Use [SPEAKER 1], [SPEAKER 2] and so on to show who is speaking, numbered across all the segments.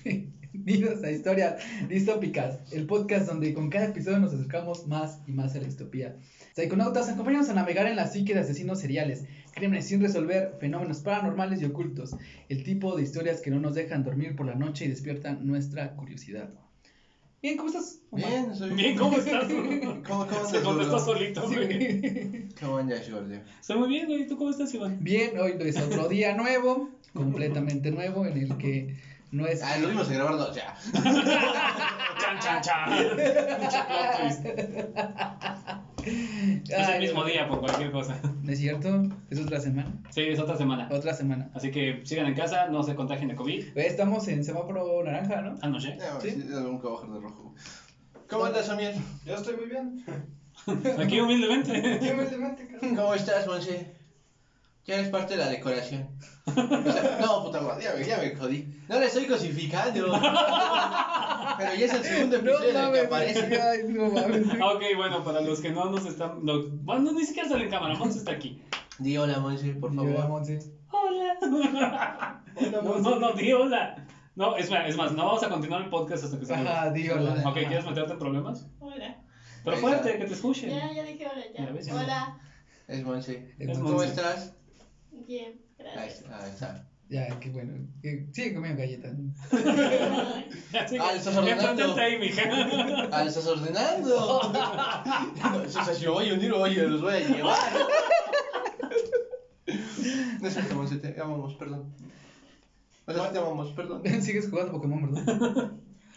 [SPEAKER 1] historias distópicas, el podcast donde con cada episodio nos acercamos más y más a la distopía. Psiconautas, acompáñanos a navegar en la psique de asesinos seriales, crímenes sin resolver, fenómenos paranormales y ocultos, el tipo de historias que no nos dejan dormir por la noche y despiertan nuestra curiosidad. Bien, ¿cómo estás? Omar?
[SPEAKER 2] Bien, soy
[SPEAKER 3] Bien, ¿cómo estás?
[SPEAKER 2] ¿Cómo, cómo
[SPEAKER 3] Se
[SPEAKER 2] estás,
[SPEAKER 3] contestó
[SPEAKER 2] Gordo?
[SPEAKER 3] solito,
[SPEAKER 1] Sí,
[SPEAKER 3] güey.
[SPEAKER 1] güey.
[SPEAKER 2] ¿Cómo andas, Jordi?
[SPEAKER 3] Estoy muy bien, güey. ¿Tú cómo estás, Iván?
[SPEAKER 1] Bien, hoy es otro día nuevo, completamente nuevo, en el que no es...
[SPEAKER 2] Ah, lo vimos a grabarlo ya.
[SPEAKER 3] ¡Chan, chan, chan! Mucho plot twist. Es el
[SPEAKER 1] Ay,
[SPEAKER 3] mismo día por cualquier cosa.
[SPEAKER 1] ¿No es cierto? Es otra semana.
[SPEAKER 3] Sí, es otra semana.
[SPEAKER 1] Otra semana.
[SPEAKER 3] Así que sigan en casa, no se contagien de COVID.
[SPEAKER 1] Güey, Estamos en semáforo naranja, ¿no?
[SPEAKER 3] Anoche.
[SPEAKER 2] No,
[SPEAKER 1] ¿Sí?
[SPEAKER 2] sí, tengo que bajar de rojo. ¿Cómo andas, Amiel?
[SPEAKER 4] Yo estoy muy bien.
[SPEAKER 3] Aquí humildemente.
[SPEAKER 4] Yo me levanté, cabrón.
[SPEAKER 2] ¿Cómo estás, Monse? Ya eres parte de la decoración. O sea, no, puta madre, ya me, ya me jodí. No la estoy cosificando. Pero ya es el segundo episodio en el que aparece.
[SPEAKER 1] ay, no mames.
[SPEAKER 3] Ah, Ok, bueno, para los que no nos están. no- bueno, ni siquiera sale en cámara, Monse está aquí.
[SPEAKER 2] Di hola, Monse, por
[SPEAKER 1] Yo era
[SPEAKER 2] favor.
[SPEAKER 1] Monse.
[SPEAKER 3] Hola.
[SPEAKER 4] Hola,
[SPEAKER 3] No, no, no, di hola. No, es, es más, no vamos a continuar el podcast hasta que salga.
[SPEAKER 1] Ajá, digo la.
[SPEAKER 3] Ok, ¿quieres meterte en problemas?
[SPEAKER 5] Hola.
[SPEAKER 3] Pero
[SPEAKER 2] Ahí
[SPEAKER 3] fuerte,
[SPEAKER 2] está.
[SPEAKER 3] que te escuchen.
[SPEAKER 5] Ya, ya dije hola,
[SPEAKER 3] Ya ves, ya
[SPEAKER 5] ya. Hola.
[SPEAKER 2] Es Monse.
[SPEAKER 1] Es
[SPEAKER 2] ¿Cómo
[SPEAKER 3] Monse.
[SPEAKER 2] estás?
[SPEAKER 5] Bien,
[SPEAKER 2] Ahí
[SPEAKER 5] gracias.
[SPEAKER 2] está. Ahí está.
[SPEAKER 1] Ya, qué bueno. Eh, Sigue comiendo galletas.
[SPEAKER 3] Así que,
[SPEAKER 2] Ah, le estás ordenando.
[SPEAKER 3] enfréntate ahí, mija.
[SPEAKER 2] Ah, lo estás ordenando. No, eso es así, oye, un tiro, oye, los voy a llevar. No es cierto, Monse, te amamos, perdón. O sea, sí te amamos, perdón.
[SPEAKER 1] Sigues jugando Pokémon, ¿verdad?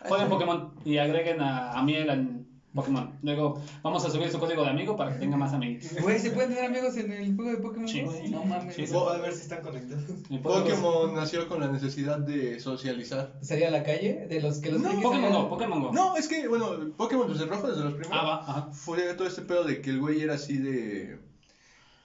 [SPEAKER 3] Jueguen Pokémon y agreguen a, a Miel en Pokémon. Luego vamos a subir su código de amigo para que tenga más amigos.
[SPEAKER 1] Güey, ¿se pueden tener amigos en el juego de Pokémon?
[SPEAKER 3] Sí,
[SPEAKER 1] Go?
[SPEAKER 3] güey.
[SPEAKER 1] No mames.
[SPEAKER 3] Sí, sí.
[SPEAKER 4] Voy a ver si están conectados.
[SPEAKER 3] El
[SPEAKER 2] Pokémon nació con la necesidad de socializar.
[SPEAKER 1] ¿Salir a la calle? De los que los
[SPEAKER 2] No,
[SPEAKER 1] tienen que
[SPEAKER 3] Pokémon
[SPEAKER 1] salir a-
[SPEAKER 3] Go, Pokémon Go.
[SPEAKER 2] No, es que, bueno, Pokémon desde rojo, desde los primeros.
[SPEAKER 3] Ah, va, ajá.
[SPEAKER 2] Fue todo este pedo de que el güey era así de.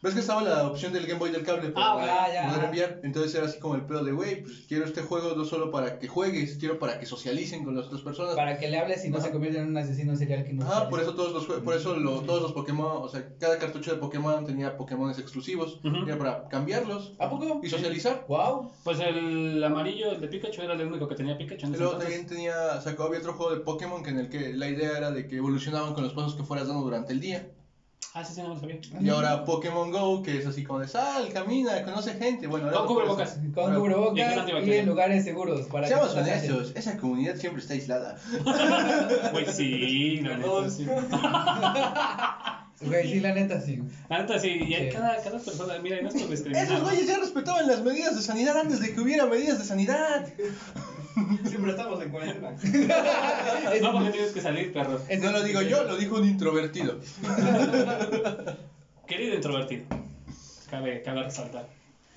[SPEAKER 2] ¿Ves que estaba la opción del Game Boy del cable para
[SPEAKER 3] Ah,
[SPEAKER 1] va, ya.
[SPEAKER 2] poder enviar? Entonces era así como el pedo de, güey, pues quiero este juego no solo para que juegues, quiero para que socialicen con las otras personas.
[SPEAKER 1] Para que le hables y no
[SPEAKER 2] Ajá.
[SPEAKER 1] se convierta en un asesino serial que no.
[SPEAKER 2] Ah, por eso todos los jue- por eso lo- todos los Pokémon, o sea, cada cartucho de Pokémon tenía Pokémones exclusivos,
[SPEAKER 3] Ujú.
[SPEAKER 2] era para cambiarlos
[SPEAKER 1] ¿A poco?
[SPEAKER 2] y socializar.
[SPEAKER 1] ¡Wow!
[SPEAKER 3] Pues el amarillo, el de Pikachu, era el único que tenía Pikachu en
[SPEAKER 2] Y
[SPEAKER 3] ese
[SPEAKER 2] luego
[SPEAKER 3] entonces.
[SPEAKER 2] también tenía, sacó, había otro juego de Pokémon que en el que la idea era de que evolucionaban con los pasos que fueras dando durante el día.
[SPEAKER 3] Ah, sí, sí, no lo sabía.
[SPEAKER 2] Y ahora Pokémon Go, que es así como de sal, camina, conoce gente, bueno, ahora
[SPEAKER 3] Con
[SPEAKER 2] por eso.
[SPEAKER 3] cubrebocas.
[SPEAKER 1] Con
[SPEAKER 2] Ahora,
[SPEAKER 3] Y en gel
[SPEAKER 1] cubrebocas y
[SPEAKER 3] antibacterial.
[SPEAKER 1] en lugares seguros. Para que
[SPEAKER 2] Seamos
[SPEAKER 1] no te ataquen.
[SPEAKER 2] honestos, esa comunidad siempre está aislada.
[SPEAKER 3] Güey, Pues sí, la neta, sí.
[SPEAKER 1] Güey, sí, la neta, sí.
[SPEAKER 3] La neta, sí. Y hay
[SPEAKER 1] Sí.
[SPEAKER 3] cada, cada persona, mira, y no es por discriminar.
[SPEAKER 2] Esos güeyes ya respetaban las medidas de sanidad antes de que hubiera medidas de sanidad.
[SPEAKER 4] Siempre estamos en cuarentena.
[SPEAKER 3] No, porque tienes que salir, perro.
[SPEAKER 1] Ese-
[SPEAKER 2] No lo digo yo, lo dijo un introvertido.
[SPEAKER 3] Querido introvertido. Cabe, cabe resaltar.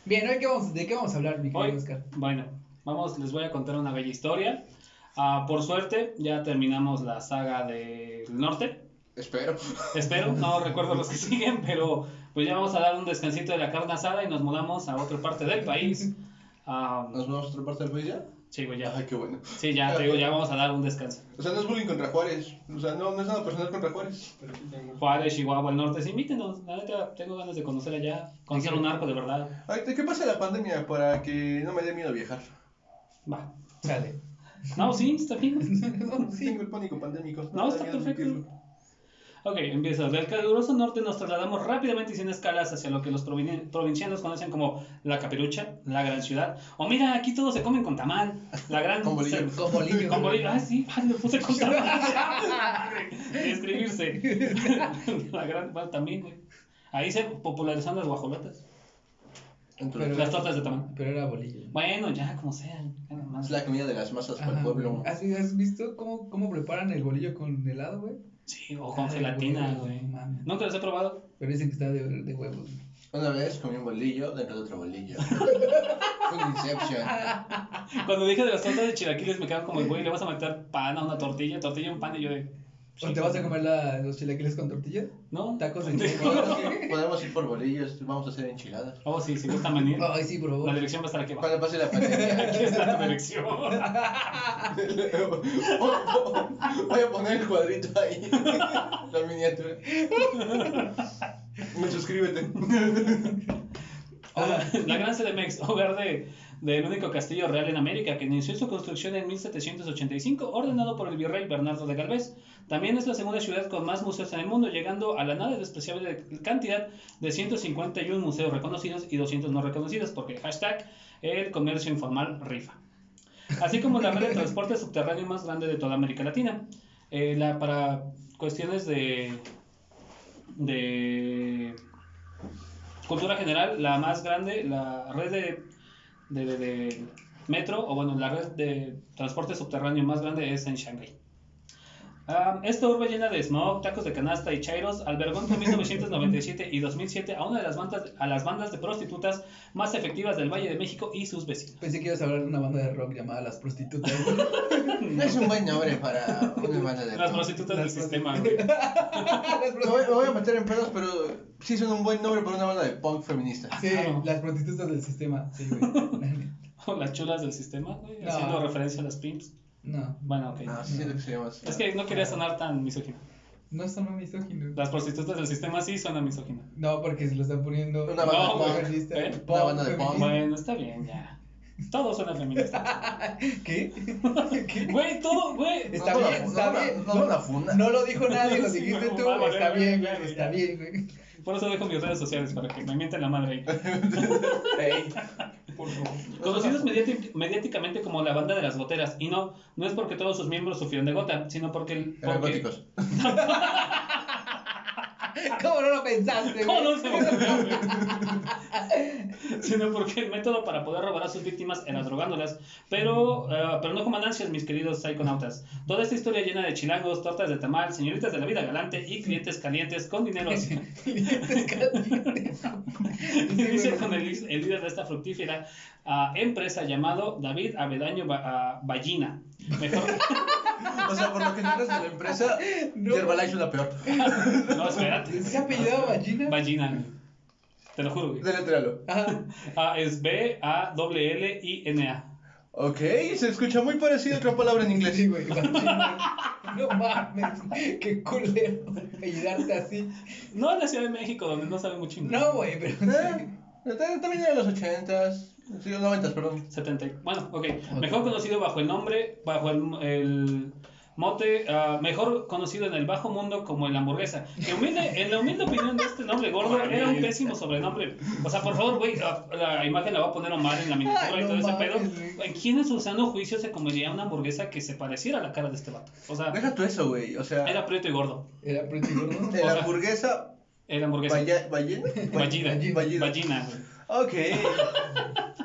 [SPEAKER 1] Bien, ¿hoy qué vamos, ¿de qué vamos a hablar, mi
[SPEAKER 3] Hoy,
[SPEAKER 1] querido Oscar?
[SPEAKER 3] bueno, vamos, les voy a contar una bella historia. Ah, por suerte, ya terminamos la saga del norte.
[SPEAKER 2] Espero.
[SPEAKER 3] Espero, no recuerdo los que siguen, pero pues ya vamos a dar un descansito de la carne asada y nos mudamos a otra parte del país. Ah,
[SPEAKER 2] ¿Nos vamos a otra parte del país ya?
[SPEAKER 3] sí, güey,
[SPEAKER 2] Ay,
[SPEAKER 3] ya.
[SPEAKER 2] qué bueno.
[SPEAKER 3] Sí, ya, te digo, ya vamos a dar un descanso.
[SPEAKER 2] O sea, no es bullying contra Juárez. O sea, no, no es nada personal contra Juárez.
[SPEAKER 4] Pero sí tengo-
[SPEAKER 3] Juárez, Chihuahua, el norte, sí, invítenos. La neta, tengo ganas de conocer allá, conocer un arco de verdad.
[SPEAKER 2] Ahorita, ¿qué pasa la pandemia para que no me dé miedo viajar?
[SPEAKER 3] Va.
[SPEAKER 1] Sale.
[SPEAKER 3] No, sí, está bien.
[SPEAKER 2] Tengo el pánico pandémico.
[SPEAKER 3] No,
[SPEAKER 2] me da
[SPEAKER 3] está
[SPEAKER 2] miedo
[SPEAKER 3] perfecto.
[SPEAKER 2] admitirlo.
[SPEAKER 3] Ok, empieza. Del caluroso norte nos trasladamos rápidamente y sin escalas hacia lo que los provin- provincianos conocen como la capirucha, la gran ciudad. O mira, aquí todos se comen con tamal, la gran...
[SPEAKER 2] Con bolillo.
[SPEAKER 3] se-
[SPEAKER 1] Con bolillo.
[SPEAKER 3] Con bolillo, ah, sí, ah, le puse con tamal. Y escribirse. la gran... Bueno, también, güey. Ahí se popularizaron las guajolotas,
[SPEAKER 2] Entonces,
[SPEAKER 3] las tortas de tamal.
[SPEAKER 1] Pero era bolillo.
[SPEAKER 3] Bueno, ya, como sea. ya nada más.
[SPEAKER 2] es la comida de las masas para
[SPEAKER 1] Ajá,
[SPEAKER 2] el pueblo.
[SPEAKER 1] güey. ¿Has, has visto cómo, cómo preparan el bolillo con helado, güey?
[SPEAKER 3] Sí, o con
[SPEAKER 1] Ay,
[SPEAKER 3] gelatina,
[SPEAKER 1] güey,
[SPEAKER 3] güey.
[SPEAKER 1] no mames.
[SPEAKER 3] Nunca los he probado.
[SPEAKER 1] Pero dicen que está de, de huevos.
[SPEAKER 2] Una vez comí un bolillo dentro de otro bolillo. Fue un Inception.
[SPEAKER 3] Cuando dije de las tortas de chilaquiles me quedaron como, güey, le vas a meter pan a una tortilla, tortilla a un pan, y yo de...
[SPEAKER 1] ¿O te vas a comer la- los chilaquiles con tortilla?
[SPEAKER 3] No.
[SPEAKER 1] Tacos de
[SPEAKER 2] Podemos ir-
[SPEAKER 3] chilaquiles.
[SPEAKER 2] Podemos ir por bolillos, vamos a hacer enchiladas.
[SPEAKER 3] Oh, sí, si gustan venir.
[SPEAKER 1] Ay, sí, por
[SPEAKER 3] La
[SPEAKER 1] favor.
[SPEAKER 3] dirección va a estar aquí abajo.
[SPEAKER 2] Cuando pase la pandemia.
[SPEAKER 3] Aquí está la dirección.
[SPEAKER 2] Voy a poner el cuadrito ahí. La miniatura. Me suscríbete.
[SPEAKER 1] Ah,
[SPEAKER 3] Hogar- La Gran CDMX, hogar de del único castillo real en América, que inició su construcción en 1785, ordenado por el virrey Bernardo de Galvez. También es la segunda ciudad con más museos en el mundo, llegando a la nada despreciable cantidad de 151 museos reconocidos y 200 no reconocidos, porque hashtag el comercio informal rifa. Así como la red de transporte subterráneo más grande de toda América Latina. Eh, la, para cuestiones de, de cultura general, la más grande, la red de, de, de- de metro, o bueno, la red de transporte subterráneo más grande es en Shanghái. Ah, esta urbe llena de smog, tacos de canasta y chairos albergó entre 1997 y 2007 a una de las bandas, a las bandas de prostitutas más efectivas del Valle de México y sus vecinos.
[SPEAKER 1] Pensé que ibas a hablar de una banda de rock llamada Las Prostitutas.
[SPEAKER 2] Es un buen nombre para una banda de
[SPEAKER 3] Las
[SPEAKER 2] rock.
[SPEAKER 3] prostitutas del
[SPEAKER 1] Las
[SPEAKER 3] sistema, güey.
[SPEAKER 1] Las
[SPEAKER 2] Me voy, me
[SPEAKER 1] prostitutas.
[SPEAKER 2] voy a meter en pedos, pero sí son un buen nombre para una banda de punk feminista.
[SPEAKER 1] Sí,
[SPEAKER 3] Claro.
[SPEAKER 1] las prostitutas del sistema. Sí, güey.
[SPEAKER 3] O las chulas del sistema, güey,
[SPEAKER 1] No. Ah.
[SPEAKER 3] haciendo referencia a las pimps.
[SPEAKER 1] No,
[SPEAKER 3] Bueno, ok.
[SPEAKER 2] No, Ah, sí siento que se llama así.
[SPEAKER 3] Es que no quería sonar tan misógino.
[SPEAKER 1] no son muy misóginos.
[SPEAKER 3] Las prostitutas del sistema sí suenan misógino.
[SPEAKER 1] No, porque se lo están poniendo.
[SPEAKER 2] Una banda
[SPEAKER 3] No, de punk.
[SPEAKER 1] feminista.
[SPEAKER 3] ¿Eh?
[SPEAKER 1] Punk
[SPEAKER 2] Una banda de
[SPEAKER 1] feminista.
[SPEAKER 2] punk.
[SPEAKER 3] Bueno, está bien, ya. Todo suena feminista.
[SPEAKER 1] ¿Qué? ¿Qué?
[SPEAKER 3] Güey, todo, güey.
[SPEAKER 1] Está
[SPEAKER 2] No, no,
[SPEAKER 1] bien,
[SPEAKER 2] no,
[SPEAKER 1] está
[SPEAKER 2] no,
[SPEAKER 1] bien.
[SPEAKER 2] no, no, la funda.
[SPEAKER 1] no lo dijo nadie, lo
[SPEAKER 3] Sí,
[SPEAKER 1] dijiste
[SPEAKER 3] güey,
[SPEAKER 1] tú.
[SPEAKER 3] va a valer,
[SPEAKER 1] está bien,
[SPEAKER 3] güey,
[SPEAKER 1] güey,
[SPEAKER 3] ya.
[SPEAKER 1] está bien, güey.
[SPEAKER 3] Por eso dejo mis redes sociales, para que me mienten la madre.
[SPEAKER 2] Ey.
[SPEAKER 4] Por favor.
[SPEAKER 3] Conocidos mediati- mediáticamente como la banda de las goteras. Y no, no es porque todos sus miembros sufrieron de gota, sino porque... el-
[SPEAKER 2] Eran
[SPEAKER 3] porque-
[SPEAKER 2] góticos.
[SPEAKER 1] ¿Cómo no lo pensaste?
[SPEAKER 3] ¿Cómo
[SPEAKER 1] güey?
[SPEAKER 3] no se me ocurrió, güey? Sino porque el método para poder robar a sus víctimas era drogándolas. Pero, eh, pero no coman ansias, mis queridos psiconautas. Toda esta historia llena de chilangos, tortas de tamal, señoritas de la vida galante y clientes calientes con dinero.
[SPEAKER 1] Clientes calientes.
[SPEAKER 3] Inicia con el, el líder de esta fructífera ah, empresa llamado David Avedaño Ba- ah, Ballina. Mejor
[SPEAKER 2] O sea, por lo que entras de la empresa,
[SPEAKER 1] No.
[SPEAKER 2] Herbalife es la peor.
[SPEAKER 3] no, espérate.
[SPEAKER 1] ¿Se ha apellidado Ballina?
[SPEAKER 3] Ballina. güey. Te lo juro, güey.
[SPEAKER 2] Deletréalo.
[SPEAKER 1] Ajá.
[SPEAKER 3] Ah, es B-A-L-L-I-N-A.
[SPEAKER 2] Ok, se escucha muy parecido a otra palabra en
[SPEAKER 1] Sí,
[SPEAKER 2] inglés.
[SPEAKER 1] güey, Ballina. No mames, qué culero apellidarte así.
[SPEAKER 3] No en la Ciudad de México, donde no sabe mucho inglés.
[SPEAKER 1] No, güey, pero
[SPEAKER 2] Eh, También era de los ochentas, sí, los noventas, perdón.
[SPEAKER 3] 70. Bueno, ok. Mejor conocido bajo el nombre, bajo el, el mote, ah, mejor conocido en el bajo mundo como el hamburguesa. Que humilde, en la humilde opinión de este nombre gordo, era un pésimo sobrenombre. O sea, por favor, güey, ah, la imagen la va a poner Omar en la miniatura
[SPEAKER 1] Ay,
[SPEAKER 3] y
[SPEAKER 1] no
[SPEAKER 3] todo ese
[SPEAKER 1] mames,
[SPEAKER 3] pedo.
[SPEAKER 1] güey.
[SPEAKER 3] Güey, ¿Quién en su sano juicio se comería una hamburguesa que se pareciera a la cara de este vato? O sea,
[SPEAKER 2] Deja tú eso, güey. O sea,
[SPEAKER 3] era preto y gordo.
[SPEAKER 1] era pretty gordo.
[SPEAKER 2] de
[SPEAKER 3] o
[SPEAKER 2] la
[SPEAKER 3] sea,
[SPEAKER 2] hamburguesa
[SPEAKER 3] El hamburguesa.
[SPEAKER 2] balla- ballena.
[SPEAKER 3] Ballida.
[SPEAKER 2] Ballida.
[SPEAKER 3] Ballina, güey.
[SPEAKER 2] Ok.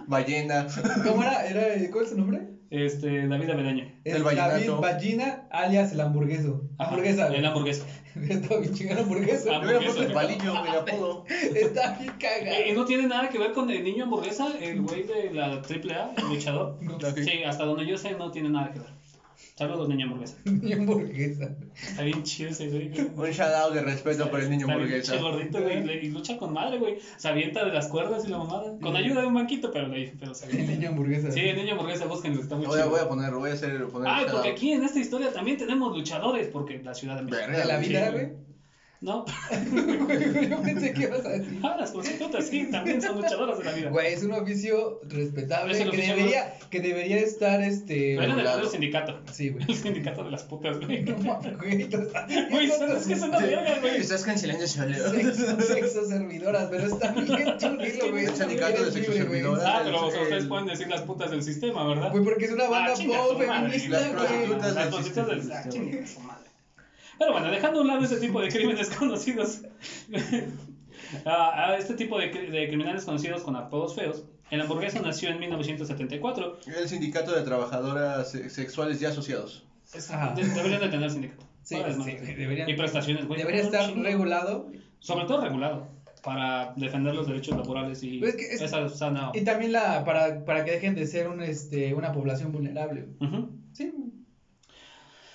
[SPEAKER 2] Ballena.
[SPEAKER 1] ¿Cómo era? era? eh, ¿Cuál es su nombre?
[SPEAKER 3] Este, David Avedaño.
[SPEAKER 1] Es
[SPEAKER 2] El
[SPEAKER 1] David
[SPEAKER 2] vallenato.
[SPEAKER 1] Ballina, alias el hamburgueso.
[SPEAKER 3] Ajá,
[SPEAKER 1] hamburguesa.
[SPEAKER 3] El hamburguesa.
[SPEAKER 1] Está bien chingada hamburguesa.
[SPEAKER 3] Ah,
[SPEAKER 2] Yo hubiera puesto el
[SPEAKER 3] Hamburguesa.
[SPEAKER 2] palillo, güey, el apodo.
[SPEAKER 1] Está bien cagada.
[SPEAKER 3] Eh, Y no tiene nada que ver con el niño hamburguesa, el güey de la AAA, el luchador.
[SPEAKER 2] Ok.
[SPEAKER 3] Sí, hasta donde yo sé no tiene nada que ver. Saludos, niño hamburguesa.
[SPEAKER 1] Ni hamburguesa.
[SPEAKER 3] Está bien chido ese güey.
[SPEAKER 2] Un shout out de respeto por el niño
[SPEAKER 3] Está bien
[SPEAKER 2] hamburguesa.
[SPEAKER 3] pinche gordito, güey, y le- y lucha con madre, güey. Se avienta de las cuerdas y la mamada. Con ayuda de un banquito, pero, le, pero se
[SPEAKER 1] El
[SPEAKER 3] avienta.
[SPEAKER 1] niño hamburguesa.
[SPEAKER 3] Sí, el niño hamburguesa, búsquenlo, está muy
[SPEAKER 2] Voy a,
[SPEAKER 3] chido.
[SPEAKER 2] voy a poner, voy a hacer. Poner
[SPEAKER 3] Ay,
[SPEAKER 2] shout
[SPEAKER 3] porque
[SPEAKER 2] out.
[SPEAKER 3] aquí en esta historia también tenemos luchadores, porque la ciudad de México.
[SPEAKER 2] Verga,
[SPEAKER 1] De la
[SPEAKER 2] güey.
[SPEAKER 1] vida,
[SPEAKER 3] Sí,
[SPEAKER 1] güey.
[SPEAKER 3] No,
[SPEAKER 1] Güey, Yo pensé que ibas a decir.
[SPEAKER 3] ah, las prostitutas sí, también son luchadoras de la vida.
[SPEAKER 1] Güey, es un oficio respetable
[SPEAKER 3] Es el
[SPEAKER 1] que
[SPEAKER 3] oficio
[SPEAKER 1] debería, que debería estar este.
[SPEAKER 3] Pero era del
[SPEAKER 2] volado.
[SPEAKER 3] del sindicato.
[SPEAKER 1] Sí, güey.
[SPEAKER 3] El sindicato de las putas, güey.
[SPEAKER 1] No mames, güey. lo está diciendo
[SPEAKER 3] Güey, son- es que son una verga, güey.
[SPEAKER 2] Estás cancelando sonido.
[SPEAKER 1] Sexo, sexo servidoras, pero está bien tú dilo, güey.
[SPEAKER 2] El sindicato de sexo
[SPEAKER 1] Eres libre, güey.
[SPEAKER 2] servidoras.
[SPEAKER 3] Ah, pero o sea,
[SPEAKER 2] el-
[SPEAKER 3] ustedes pueden decir las putas del sistema, ¿verdad?
[SPEAKER 1] Güey, porque es una banda
[SPEAKER 3] Ah, chinga
[SPEAKER 1] pop
[SPEAKER 3] tu madre,
[SPEAKER 1] feminista,
[SPEAKER 2] las
[SPEAKER 1] güey.
[SPEAKER 2] prostitutas
[SPEAKER 3] Las
[SPEAKER 2] del
[SPEAKER 3] prostitutas del
[SPEAKER 2] sistema.
[SPEAKER 3] ah, chinga su madre. Pero bueno, dejando a un lado ese tipo de crímenes conocidos, a, a este tipo de, cri- de criminales conocidos con apodos feos, el hamburguesa nació en 1974.
[SPEAKER 2] El sindicato de trabajadoras eh, sexuales y asociados.
[SPEAKER 3] Es-
[SPEAKER 1] Ajá.
[SPEAKER 3] de- deberían de tener sindicato.
[SPEAKER 1] Sí,
[SPEAKER 3] Ahora es
[SPEAKER 1] sí,
[SPEAKER 3] más, güey.
[SPEAKER 1] deberían-
[SPEAKER 3] y prestaciones, güey.
[SPEAKER 1] Debería
[SPEAKER 3] Un
[SPEAKER 1] estar
[SPEAKER 3] chingo.
[SPEAKER 1] regulado.
[SPEAKER 3] Sobre todo regulado, para defender los derechos laborales y
[SPEAKER 1] Pues es que es-
[SPEAKER 3] esa sana...
[SPEAKER 1] Y también la, para, para que dejen de ser un, este, una población vulnerable.
[SPEAKER 3] Ujú.
[SPEAKER 1] Sí,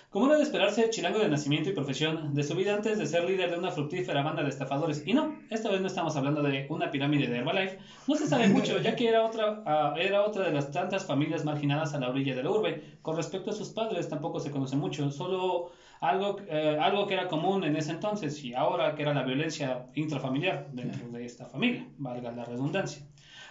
[SPEAKER 3] Como era de esperarse, chilango de nacimiento y profesión, de su vida antes de ser líder de una fructífera banda de estafadores. Y no, esta vez no estamos hablando de una pirámide de Herbalife, no se sabe mucho, ya que era otra, ah, era otra de las tantas familias marginadas a la orilla de la urbe. Con respecto a sus padres, tampoco se conoce mucho, solo algo, eh, algo que era común en ese entonces y ahora que era la violencia intrafamiliar dentro de esta familia, valga la redundancia.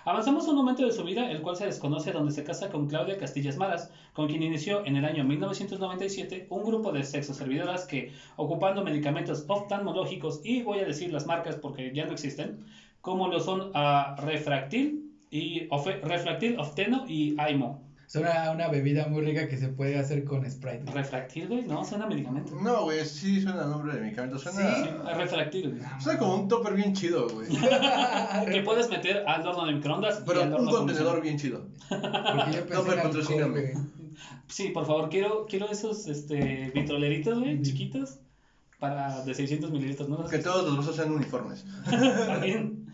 [SPEAKER 3] Avanzamos a un momento de su vida, el cual se desconoce, donde se casa con Claudia Castillas Maras, con quien inició en el año 1997 un grupo de sexoservidoras que, ocupando medicamentos oftalmológicos, y voy a decir las marcas porque ya no existen, como lo son ah, Refractil, y Ofe- Refractil, Ofteno y Aimo.
[SPEAKER 1] Es una, una bebida muy rica que se puede hacer con Sprite. güey.
[SPEAKER 3] ¿Refractil, güey? No, suena a medicamento.
[SPEAKER 2] No, güey, sí suena el nombre de medicamento. Suena,
[SPEAKER 3] Sí, Refractil, güey.
[SPEAKER 2] suena como un topper bien chido, güey.
[SPEAKER 3] Que puedes meter al horno de microondas. y
[SPEAKER 2] Ah, eh, Pero
[SPEAKER 3] al
[SPEAKER 2] un
[SPEAKER 3] horno
[SPEAKER 2] contenedor
[SPEAKER 3] convencional.
[SPEAKER 2] bien chido.
[SPEAKER 1] Porque yo
[SPEAKER 2] No,
[SPEAKER 1] pensé
[SPEAKER 2] pero
[SPEAKER 1] en alcohol,
[SPEAKER 2] patrocíname.
[SPEAKER 1] güey.
[SPEAKER 3] Sí, por favor, quiero, quiero esos este, vitroleritos, güey, chiquitos, para de 600 mililitros, ¿no?
[SPEAKER 2] Que todos los vasos sean uniformes.
[SPEAKER 3] También.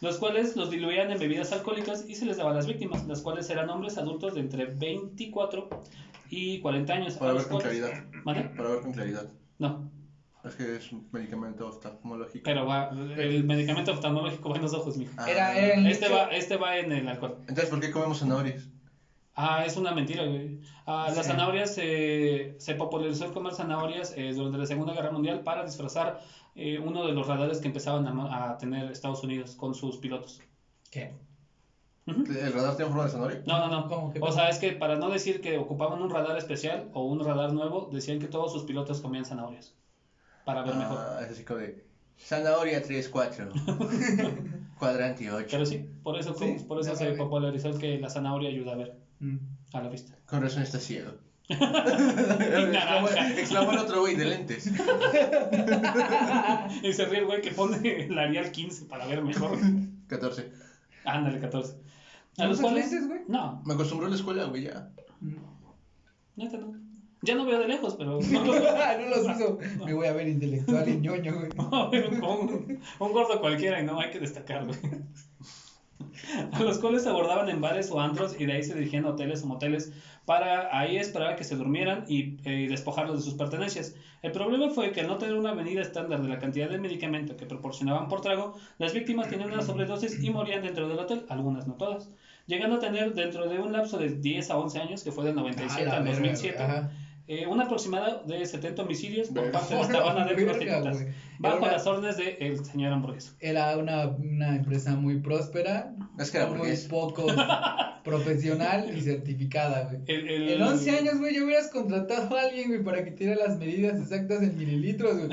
[SPEAKER 3] Los cuales los diluían en bebidas alcohólicas y se les daba a las víctimas, las cuales eran hombres adultos de entre 24 y 40 años.
[SPEAKER 2] Para
[SPEAKER 3] a
[SPEAKER 2] ver
[SPEAKER 3] los
[SPEAKER 2] con
[SPEAKER 3] cuales-
[SPEAKER 2] claridad.
[SPEAKER 3] ¿Mande?
[SPEAKER 2] Para ver con claridad.
[SPEAKER 3] No,
[SPEAKER 2] Es que es un medicamento oftalmológico.
[SPEAKER 3] pero va, el medicamento oftalmológico va en los ojos, mijo.
[SPEAKER 2] Ah,
[SPEAKER 1] Era, era el
[SPEAKER 3] Este
[SPEAKER 1] nicho-
[SPEAKER 3] va, este va en el alcohol.
[SPEAKER 2] Entonces, ¿por qué comemos zanahorias?
[SPEAKER 3] Ah, es una mentira, güey. Ah, las
[SPEAKER 1] Sí.
[SPEAKER 3] zanahorias eh, se popularizó el comer zanahorias eh, durante la Segunda Guerra Mundial para disfrazar eh, uno de los radares que empezaban a, ma- a tener Estados Unidos con sus pilotos.
[SPEAKER 1] ¿Qué?
[SPEAKER 3] Ujú.
[SPEAKER 2] ¿El radar tiene forma de zanahoria?
[SPEAKER 3] No, no, no.
[SPEAKER 1] ¿Cómo que
[SPEAKER 3] O sea, es que para no decir que ocupaban un radar especial o un radar nuevo, decían que todos sus pilotos comían zanahorias para ver mejor.
[SPEAKER 2] Ah, es así como de. Zanahoria 3-4. Cuadrante 8.
[SPEAKER 3] Pero sí, por eso,
[SPEAKER 1] Sí,
[SPEAKER 3] por eso
[SPEAKER 1] ya
[SPEAKER 3] se
[SPEAKER 1] sabe.
[SPEAKER 3] popularizó el que la zanahoria ayuda a ver
[SPEAKER 1] Mm.
[SPEAKER 3] a la vista.
[SPEAKER 2] Con razón está ciego. exclamó,
[SPEAKER 3] naranja.
[SPEAKER 2] exclamó el otro güey de lentes.
[SPEAKER 3] Y se ríe el güey que pone el Arial 15 para ver mejor.
[SPEAKER 2] 14.
[SPEAKER 3] Ándale, 14. ¿A
[SPEAKER 1] ¿No
[SPEAKER 3] los
[SPEAKER 1] usas
[SPEAKER 3] cuales?
[SPEAKER 1] lentes, güey?
[SPEAKER 3] No,
[SPEAKER 2] Me acostumbró a la escuela, güey, ya.
[SPEAKER 1] Mm.
[SPEAKER 3] neta no. Ya no veo de lejos, pero no lo veo
[SPEAKER 1] no los uso. Me voy a ver intelectual y ñoño, güey.
[SPEAKER 3] como un, un gordo cualquiera y no hay que destacarlo. A los cuales se abordaban en bares o antros y de ahí se dirigían a hoteles o moteles para ahí esperar a que se durmieran y, eh, y despojarlos de sus pertenencias. El problema fue que al no tener una medida estándar de la cantidad de medicamento que proporcionaban por trago, las víctimas tenían una sobredosis y morían dentro del hotel, algunas no todas, llegando a tener dentro de un lapso de 10 a 11 años, que fue del 97
[SPEAKER 1] Ah, la
[SPEAKER 3] al
[SPEAKER 1] verga,
[SPEAKER 3] 2007,
[SPEAKER 1] güey, ajá.
[SPEAKER 3] Eh, un aproximado de 70 homicidios por
[SPEAKER 2] Verga.
[SPEAKER 3] parte de esta
[SPEAKER 1] Hola,
[SPEAKER 3] banda de
[SPEAKER 1] verga,
[SPEAKER 3] prostitutas,
[SPEAKER 1] güey.
[SPEAKER 3] bajo
[SPEAKER 1] Era-
[SPEAKER 3] las órdenes del el señor hamburgueso.
[SPEAKER 1] Era una, una empresa muy próspera,
[SPEAKER 2] Es que era
[SPEAKER 1] muy
[SPEAKER 2] burgués.
[SPEAKER 1] poco profesional y certificada, güey.
[SPEAKER 3] El, el-
[SPEAKER 1] En 11 años, güey, ya hubieras contratado a alguien, güey, para que tire las medidas exactas en mililitros, güey.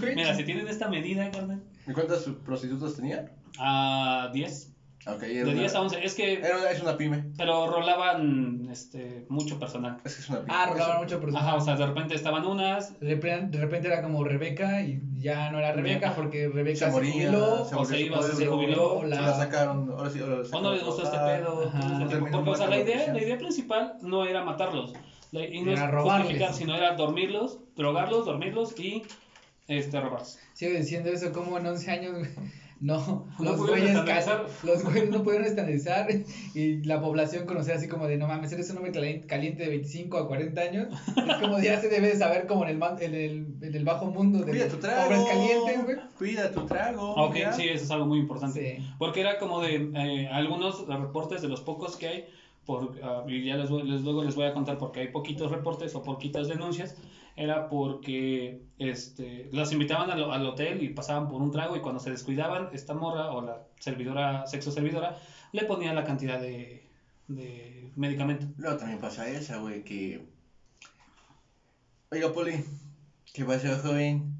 [SPEAKER 1] Güey,
[SPEAKER 3] Mira, si tienen esta medida, carnal,
[SPEAKER 2] ¿Y cuántas prostitutas tenía?
[SPEAKER 3] a 10,
[SPEAKER 2] Ok,
[SPEAKER 3] de
[SPEAKER 2] era una-
[SPEAKER 3] 10 a 11, es que,
[SPEAKER 2] era una- es una pyme.
[SPEAKER 3] pero rolaban este, mucho personal.
[SPEAKER 2] Es que es una pyme.
[SPEAKER 1] Ah,
[SPEAKER 2] Es-
[SPEAKER 1] robaban mucho
[SPEAKER 3] Ajá,
[SPEAKER 1] personal.
[SPEAKER 3] o sea, de repente estaban unas,
[SPEAKER 1] De repente, de repente era como Rebeca y ya no era Rebeca porque Rebeca
[SPEAKER 2] Se moría,
[SPEAKER 1] jubiló,
[SPEAKER 2] se
[SPEAKER 3] o
[SPEAKER 2] murió
[SPEAKER 3] se
[SPEAKER 2] su
[SPEAKER 3] iba, se
[SPEAKER 2] pueblo,
[SPEAKER 3] jubiló,
[SPEAKER 2] Se
[SPEAKER 1] la-
[SPEAKER 2] la sacaron. Ahora sí, ahora
[SPEAKER 3] o no les gustó este pedo.
[SPEAKER 1] Ajá.
[SPEAKER 3] todo ese tipo.
[SPEAKER 2] Terminó
[SPEAKER 3] Porque, o sea,
[SPEAKER 2] matando
[SPEAKER 3] la
[SPEAKER 2] a
[SPEAKER 3] idea,
[SPEAKER 2] la
[SPEAKER 3] la idea principal no era matarlos, la- y no
[SPEAKER 1] Era
[SPEAKER 3] es
[SPEAKER 1] robarles.
[SPEAKER 3] justificar, sino era dormirlos, drogarlos, dormirlos y este, robarlos.
[SPEAKER 1] Sigo diciendo eso, como en 11 años, güey, No,
[SPEAKER 3] No
[SPEAKER 1] los
[SPEAKER 3] pudieron
[SPEAKER 1] güeyes,
[SPEAKER 3] estandarizar.
[SPEAKER 1] ca- los güeyes no pudieron estandarizar y la población conocía así como de no mames, eres un hombre calen- caliente de 25 a 40 años. Es como ya se debe de saber como en el, ma- en el, en el bajo mundo de
[SPEAKER 2] Cuida tu trago.
[SPEAKER 1] hombres calientes, güey.
[SPEAKER 2] Cuida tu trago.
[SPEAKER 3] Ah, Ok,
[SPEAKER 2] ya.
[SPEAKER 3] sí, eso es algo muy importante.
[SPEAKER 1] Sí.
[SPEAKER 3] Porque era como de eh, algunos reportes de los pocos que hay, por, ah, y ya les, voy- les- luego les voy a contar porque hay poquitos reportes o poquitas denuncias, era porque este, los invitaban al, al hotel y pasaban por un trago y cuando se descuidaban, esta morra o la servidora, sexo servidora, le ponía la cantidad de, de medicamento.
[SPEAKER 2] Luego también pasa esa, güey, que. Oiga, Poli, ¿qué pasó, joven?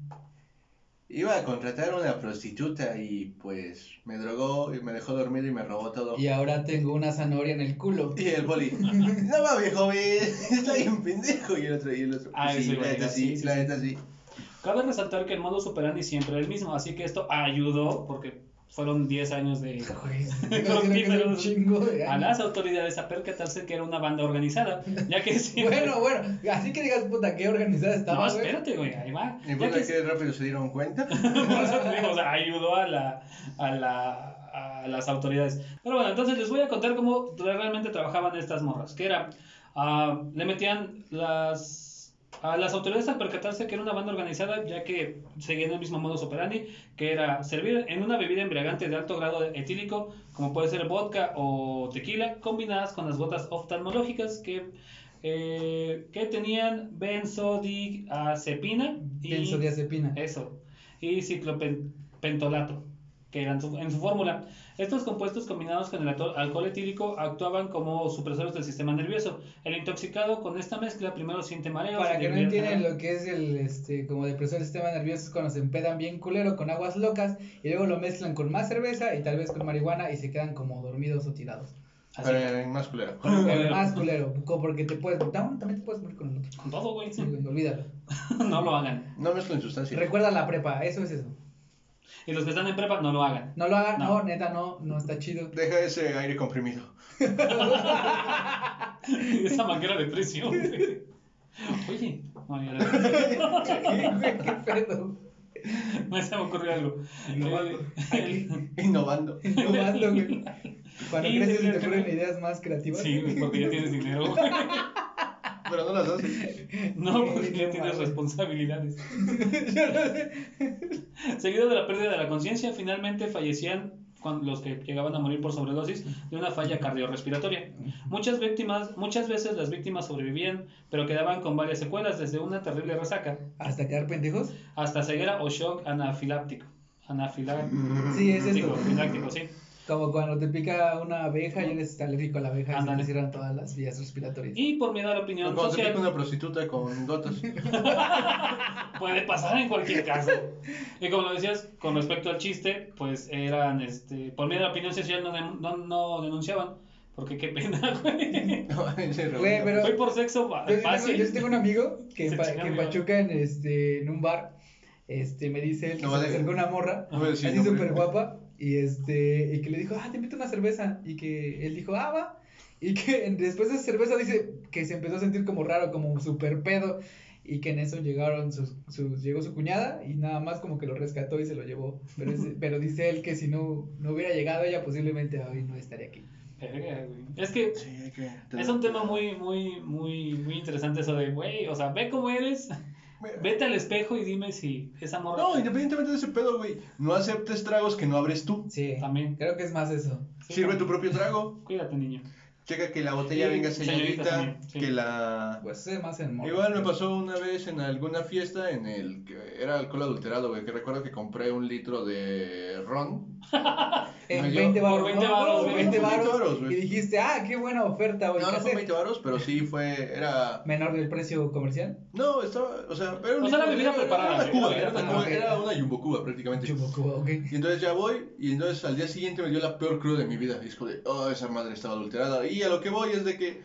[SPEAKER 2] Iba a contratar una prostituta y pues me drogó y me dejó dormir y me robó todo.
[SPEAKER 1] Y ahora tengo una zanahoria en el culo.
[SPEAKER 2] Y el poli, no mames, joven, está bien pendejo. Y el otro, y el otro.
[SPEAKER 3] Ah,
[SPEAKER 2] sí,
[SPEAKER 3] ese
[SPEAKER 2] la
[SPEAKER 3] güey,
[SPEAKER 2] neta
[SPEAKER 3] sí,
[SPEAKER 2] sí,
[SPEAKER 3] sí,
[SPEAKER 2] la
[SPEAKER 3] sí.
[SPEAKER 2] neta sí.
[SPEAKER 3] Cabe resaltar que el modo operandi siempre era el mismo, así que esto ayudó porque fueron 10 años de...
[SPEAKER 1] Güey, digo, creo que es un chingo de
[SPEAKER 3] a
[SPEAKER 1] años.
[SPEAKER 3] las autoridades a percatarse que era una banda organizada, ya que siempre...
[SPEAKER 1] Bueno, bueno, así que digas, puta, qué organizada
[SPEAKER 3] no,
[SPEAKER 1] estaba, güey.
[SPEAKER 3] espérate, güey, ahí va.
[SPEAKER 2] Y
[SPEAKER 3] Ya
[SPEAKER 2] bueno,
[SPEAKER 3] que-
[SPEAKER 2] que rápido se dieron cuenta.
[SPEAKER 3] por eso te digo, o sea, ayudó a la, a la a las autoridades. Pero bueno, entonces les voy a contar cómo realmente trabajaban estas morras, que era, ah, le metían las a las autoridades al percatarse que era una banda organizada, ya que seguían el mismo modus operandi, que era servir en una bebida embriagante de alto grado etílico, como puede ser vodka o tequila, combinadas con las gotas oftalmológicas que eh, que tenían benzodiazepina y
[SPEAKER 1] eh, Benzodiazepina.
[SPEAKER 3] eso. Y ciclopentolato. que eran su- en su fórmula. Estos compuestos combinados con el ato- alcohol etílico actuaban como supresores del sistema nervioso. El intoxicado con esta mezcla primero siente mareos.
[SPEAKER 1] Para que no
[SPEAKER 3] debilidad
[SPEAKER 1] entiendan
[SPEAKER 3] general.
[SPEAKER 1] lo que es el, este, como depresor del sistema nervioso, es cuando se empedan bien culero con aguas locas y luego lo mezclan con más cerveza y tal vez con marihuana y se quedan como dormidos o tirados.
[SPEAKER 3] Así,
[SPEAKER 2] Pero en más culero.
[SPEAKER 1] Pero
[SPEAKER 3] Culero.
[SPEAKER 1] más culero, co- porque te puedes, tam- también te puedes morir con el otro.
[SPEAKER 3] Con todo, güey.
[SPEAKER 1] Sí, güey, olvídalo.
[SPEAKER 3] no lo hagan.
[SPEAKER 2] No mezclen sustancias.
[SPEAKER 1] Recuerda la prepa, eso es eso.
[SPEAKER 3] Y los que están en prepa, no lo hagan.
[SPEAKER 1] No lo hagan, no,
[SPEAKER 3] No.
[SPEAKER 1] neta, no, no está chido.
[SPEAKER 2] Deja ese aire comprimido.
[SPEAKER 3] Esa manguera de presión, güey. Oye, manguera de presión.
[SPEAKER 1] ¿Qué, güey? ¿Qué pedo?
[SPEAKER 3] Me se me ocurrió algo.
[SPEAKER 4] Innovando.
[SPEAKER 3] Eh,
[SPEAKER 2] Innovando.
[SPEAKER 1] Innovando, güey. Cuando
[SPEAKER 3] Y
[SPEAKER 1] creces se te
[SPEAKER 3] desde-
[SPEAKER 1] ocurren ideas más creativas.
[SPEAKER 3] Sí, güey, porque ya tienes dinero. güey.
[SPEAKER 2] Pero no las haces.
[SPEAKER 3] No,
[SPEAKER 1] Sí,
[SPEAKER 3] porque ya
[SPEAKER 1] no
[SPEAKER 3] tienes
[SPEAKER 1] mames.
[SPEAKER 3] responsabilidades. Seguido de la pérdida de la conciencia, finalmente fallecían cuan- los que llegaban a morir por sobredosis de una falla cardiorrespiratoria. Muchas víctimas, muchas veces las víctimas sobrevivían, pero quedaban con varias secuelas, desde una terrible resaca
[SPEAKER 1] ¿Hasta quedar pendejos?
[SPEAKER 3] hasta ceguera o shock anafiláptico. Anafiláctico,
[SPEAKER 1] Sí, es eso.
[SPEAKER 3] anafiláctico, sí.
[SPEAKER 1] Como cuando te pica una abeja y eres alérgico a la abeja y se te
[SPEAKER 3] Ándale.
[SPEAKER 1] cierran todas las vías respiratorias.
[SPEAKER 3] Y por miedo a la
[SPEAKER 2] O
[SPEAKER 3] opinión
[SPEAKER 2] Cuando te
[SPEAKER 3] social,
[SPEAKER 2] pica una prostituta con gotas.
[SPEAKER 3] puede pasar en cualquier caso. Y como lo decías, con respecto al chiste, pues eran, este, por miedo a la opinión social no, den- no, no denunciaban, porque qué pena, güey.
[SPEAKER 2] No, en serio.
[SPEAKER 1] Güey, pero-
[SPEAKER 3] Fue por sexo fa-
[SPEAKER 1] Yo sí tengo,
[SPEAKER 3] fácil.
[SPEAKER 1] yo sí tengo un amigo que, en
[SPEAKER 3] Se
[SPEAKER 1] Pa- que
[SPEAKER 3] chinga
[SPEAKER 1] en
[SPEAKER 3] mi madre.
[SPEAKER 1] Pachuca en, este, en un bar este, me dice él que
[SPEAKER 2] No,
[SPEAKER 1] se le
[SPEAKER 2] vale.
[SPEAKER 1] acercó una morra
[SPEAKER 2] Pues No voy a decir
[SPEAKER 1] así
[SPEAKER 2] nombre.
[SPEAKER 1] súper guapa y, este, y que le dijo, ah, te invito a una cerveza y que él dijo, ah, va. Y que después de esa cerveza dice que se empezó a sentir como raro, como súper pedo y que en eso llegaron sus, sus- llegó su cuñada y nada más como que lo rescató y se lo llevó. Pero, es- pero dice él que si no, no hubiera llegado ella posiblemente hoy no estaría aquí.
[SPEAKER 3] Verga, güey. Es que
[SPEAKER 2] Sí, hay que-
[SPEAKER 3] es un tema muy, muy, muy, muy interesante eso de, güey, o sea, ve cómo eres, vete al espejo y dime si esa morra
[SPEAKER 2] No, independientemente de ese pedo, güey. No aceptes tragos que no abres tú.
[SPEAKER 1] Sí,
[SPEAKER 3] También.
[SPEAKER 1] creo que es más eso.
[SPEAKER 3] Sí,
[SPEAKER 2] Sirve
[SPEAKER 3] no.
[SPEAKER 2] tu propio trago.
[SPEAKER 3] Cuídate, niño.
[SPEAKER 2] Checa que la botella
[SPEAKER 3] Sí,
[SPEAKER 2] venga
[SPEAKER 3] selladita
[SPEAKER 2] selladita.
[SPEAKER 3] también, sí.
[SPEAKER 2] Que la.
[SPEAKER 1] Pues es más en morras.
[SPEAKER 2] Igual me pasó una vez en alguna fiesta en el que era alcohol adulterado, güey. Que recuerdo que compré un litro de ron. Me
[SPEAKER 1] En
[SPEAKER 2] dio-
[SPEAKER 1] 20 baros.
[SPEAKER 3] por 20
[SPEAKER 1] ¿no?
[SPEAKER 3] varos,
[SPEAKER 1] Por
[SPEAKER 3] güey.
[SPEAKER 1] 20
[SPEAKER 2] Por 20
[SPEAKER 1] varos,
[SPEAKER 2] varos, güey.
[SPEAKER 1] Y dijiste, ah, qué buena oferta, güey.
[SPEAKER 2] No,
[SPEAKER 1] ¿qué
[SPEAKER 2] no fue
[SPEAKER 1] hacer?
[SPEAKER 2] 20 varos, pero sí fue. Era.
[SPEAKER 1] Menor del precio comercial.
[SPEAKER 2] No, estaba. O sea, era un
[SPEAKER 3] O
[SPEAKER 2] litro
[SPEAKER 3] sea, era
[SPEAKER 2] de-
[SPEAKER 3] bebida
[SPEAKER 2] era
[SPEAKER 3] preparada,
[SPEAKER 2] una
[SPEAKER 3] güey.
[SPEAKER 2] cuba,
[SPEAKER 3] Ah,
[SPEAKER 2] era una cuba,
[SPEAKER 1] ok.
[SPEAKER 2] era una yumbo cuba prácticamente.
[SPEAKER 1] Chupocuba, ok.
[SPEAKER 2] Y entonces ya voy, y entonces al día siguiente me dio la peor cruda de mi vida. Y es como de, oh, esa madre estaba adulterada. Y a lo que voy es de que,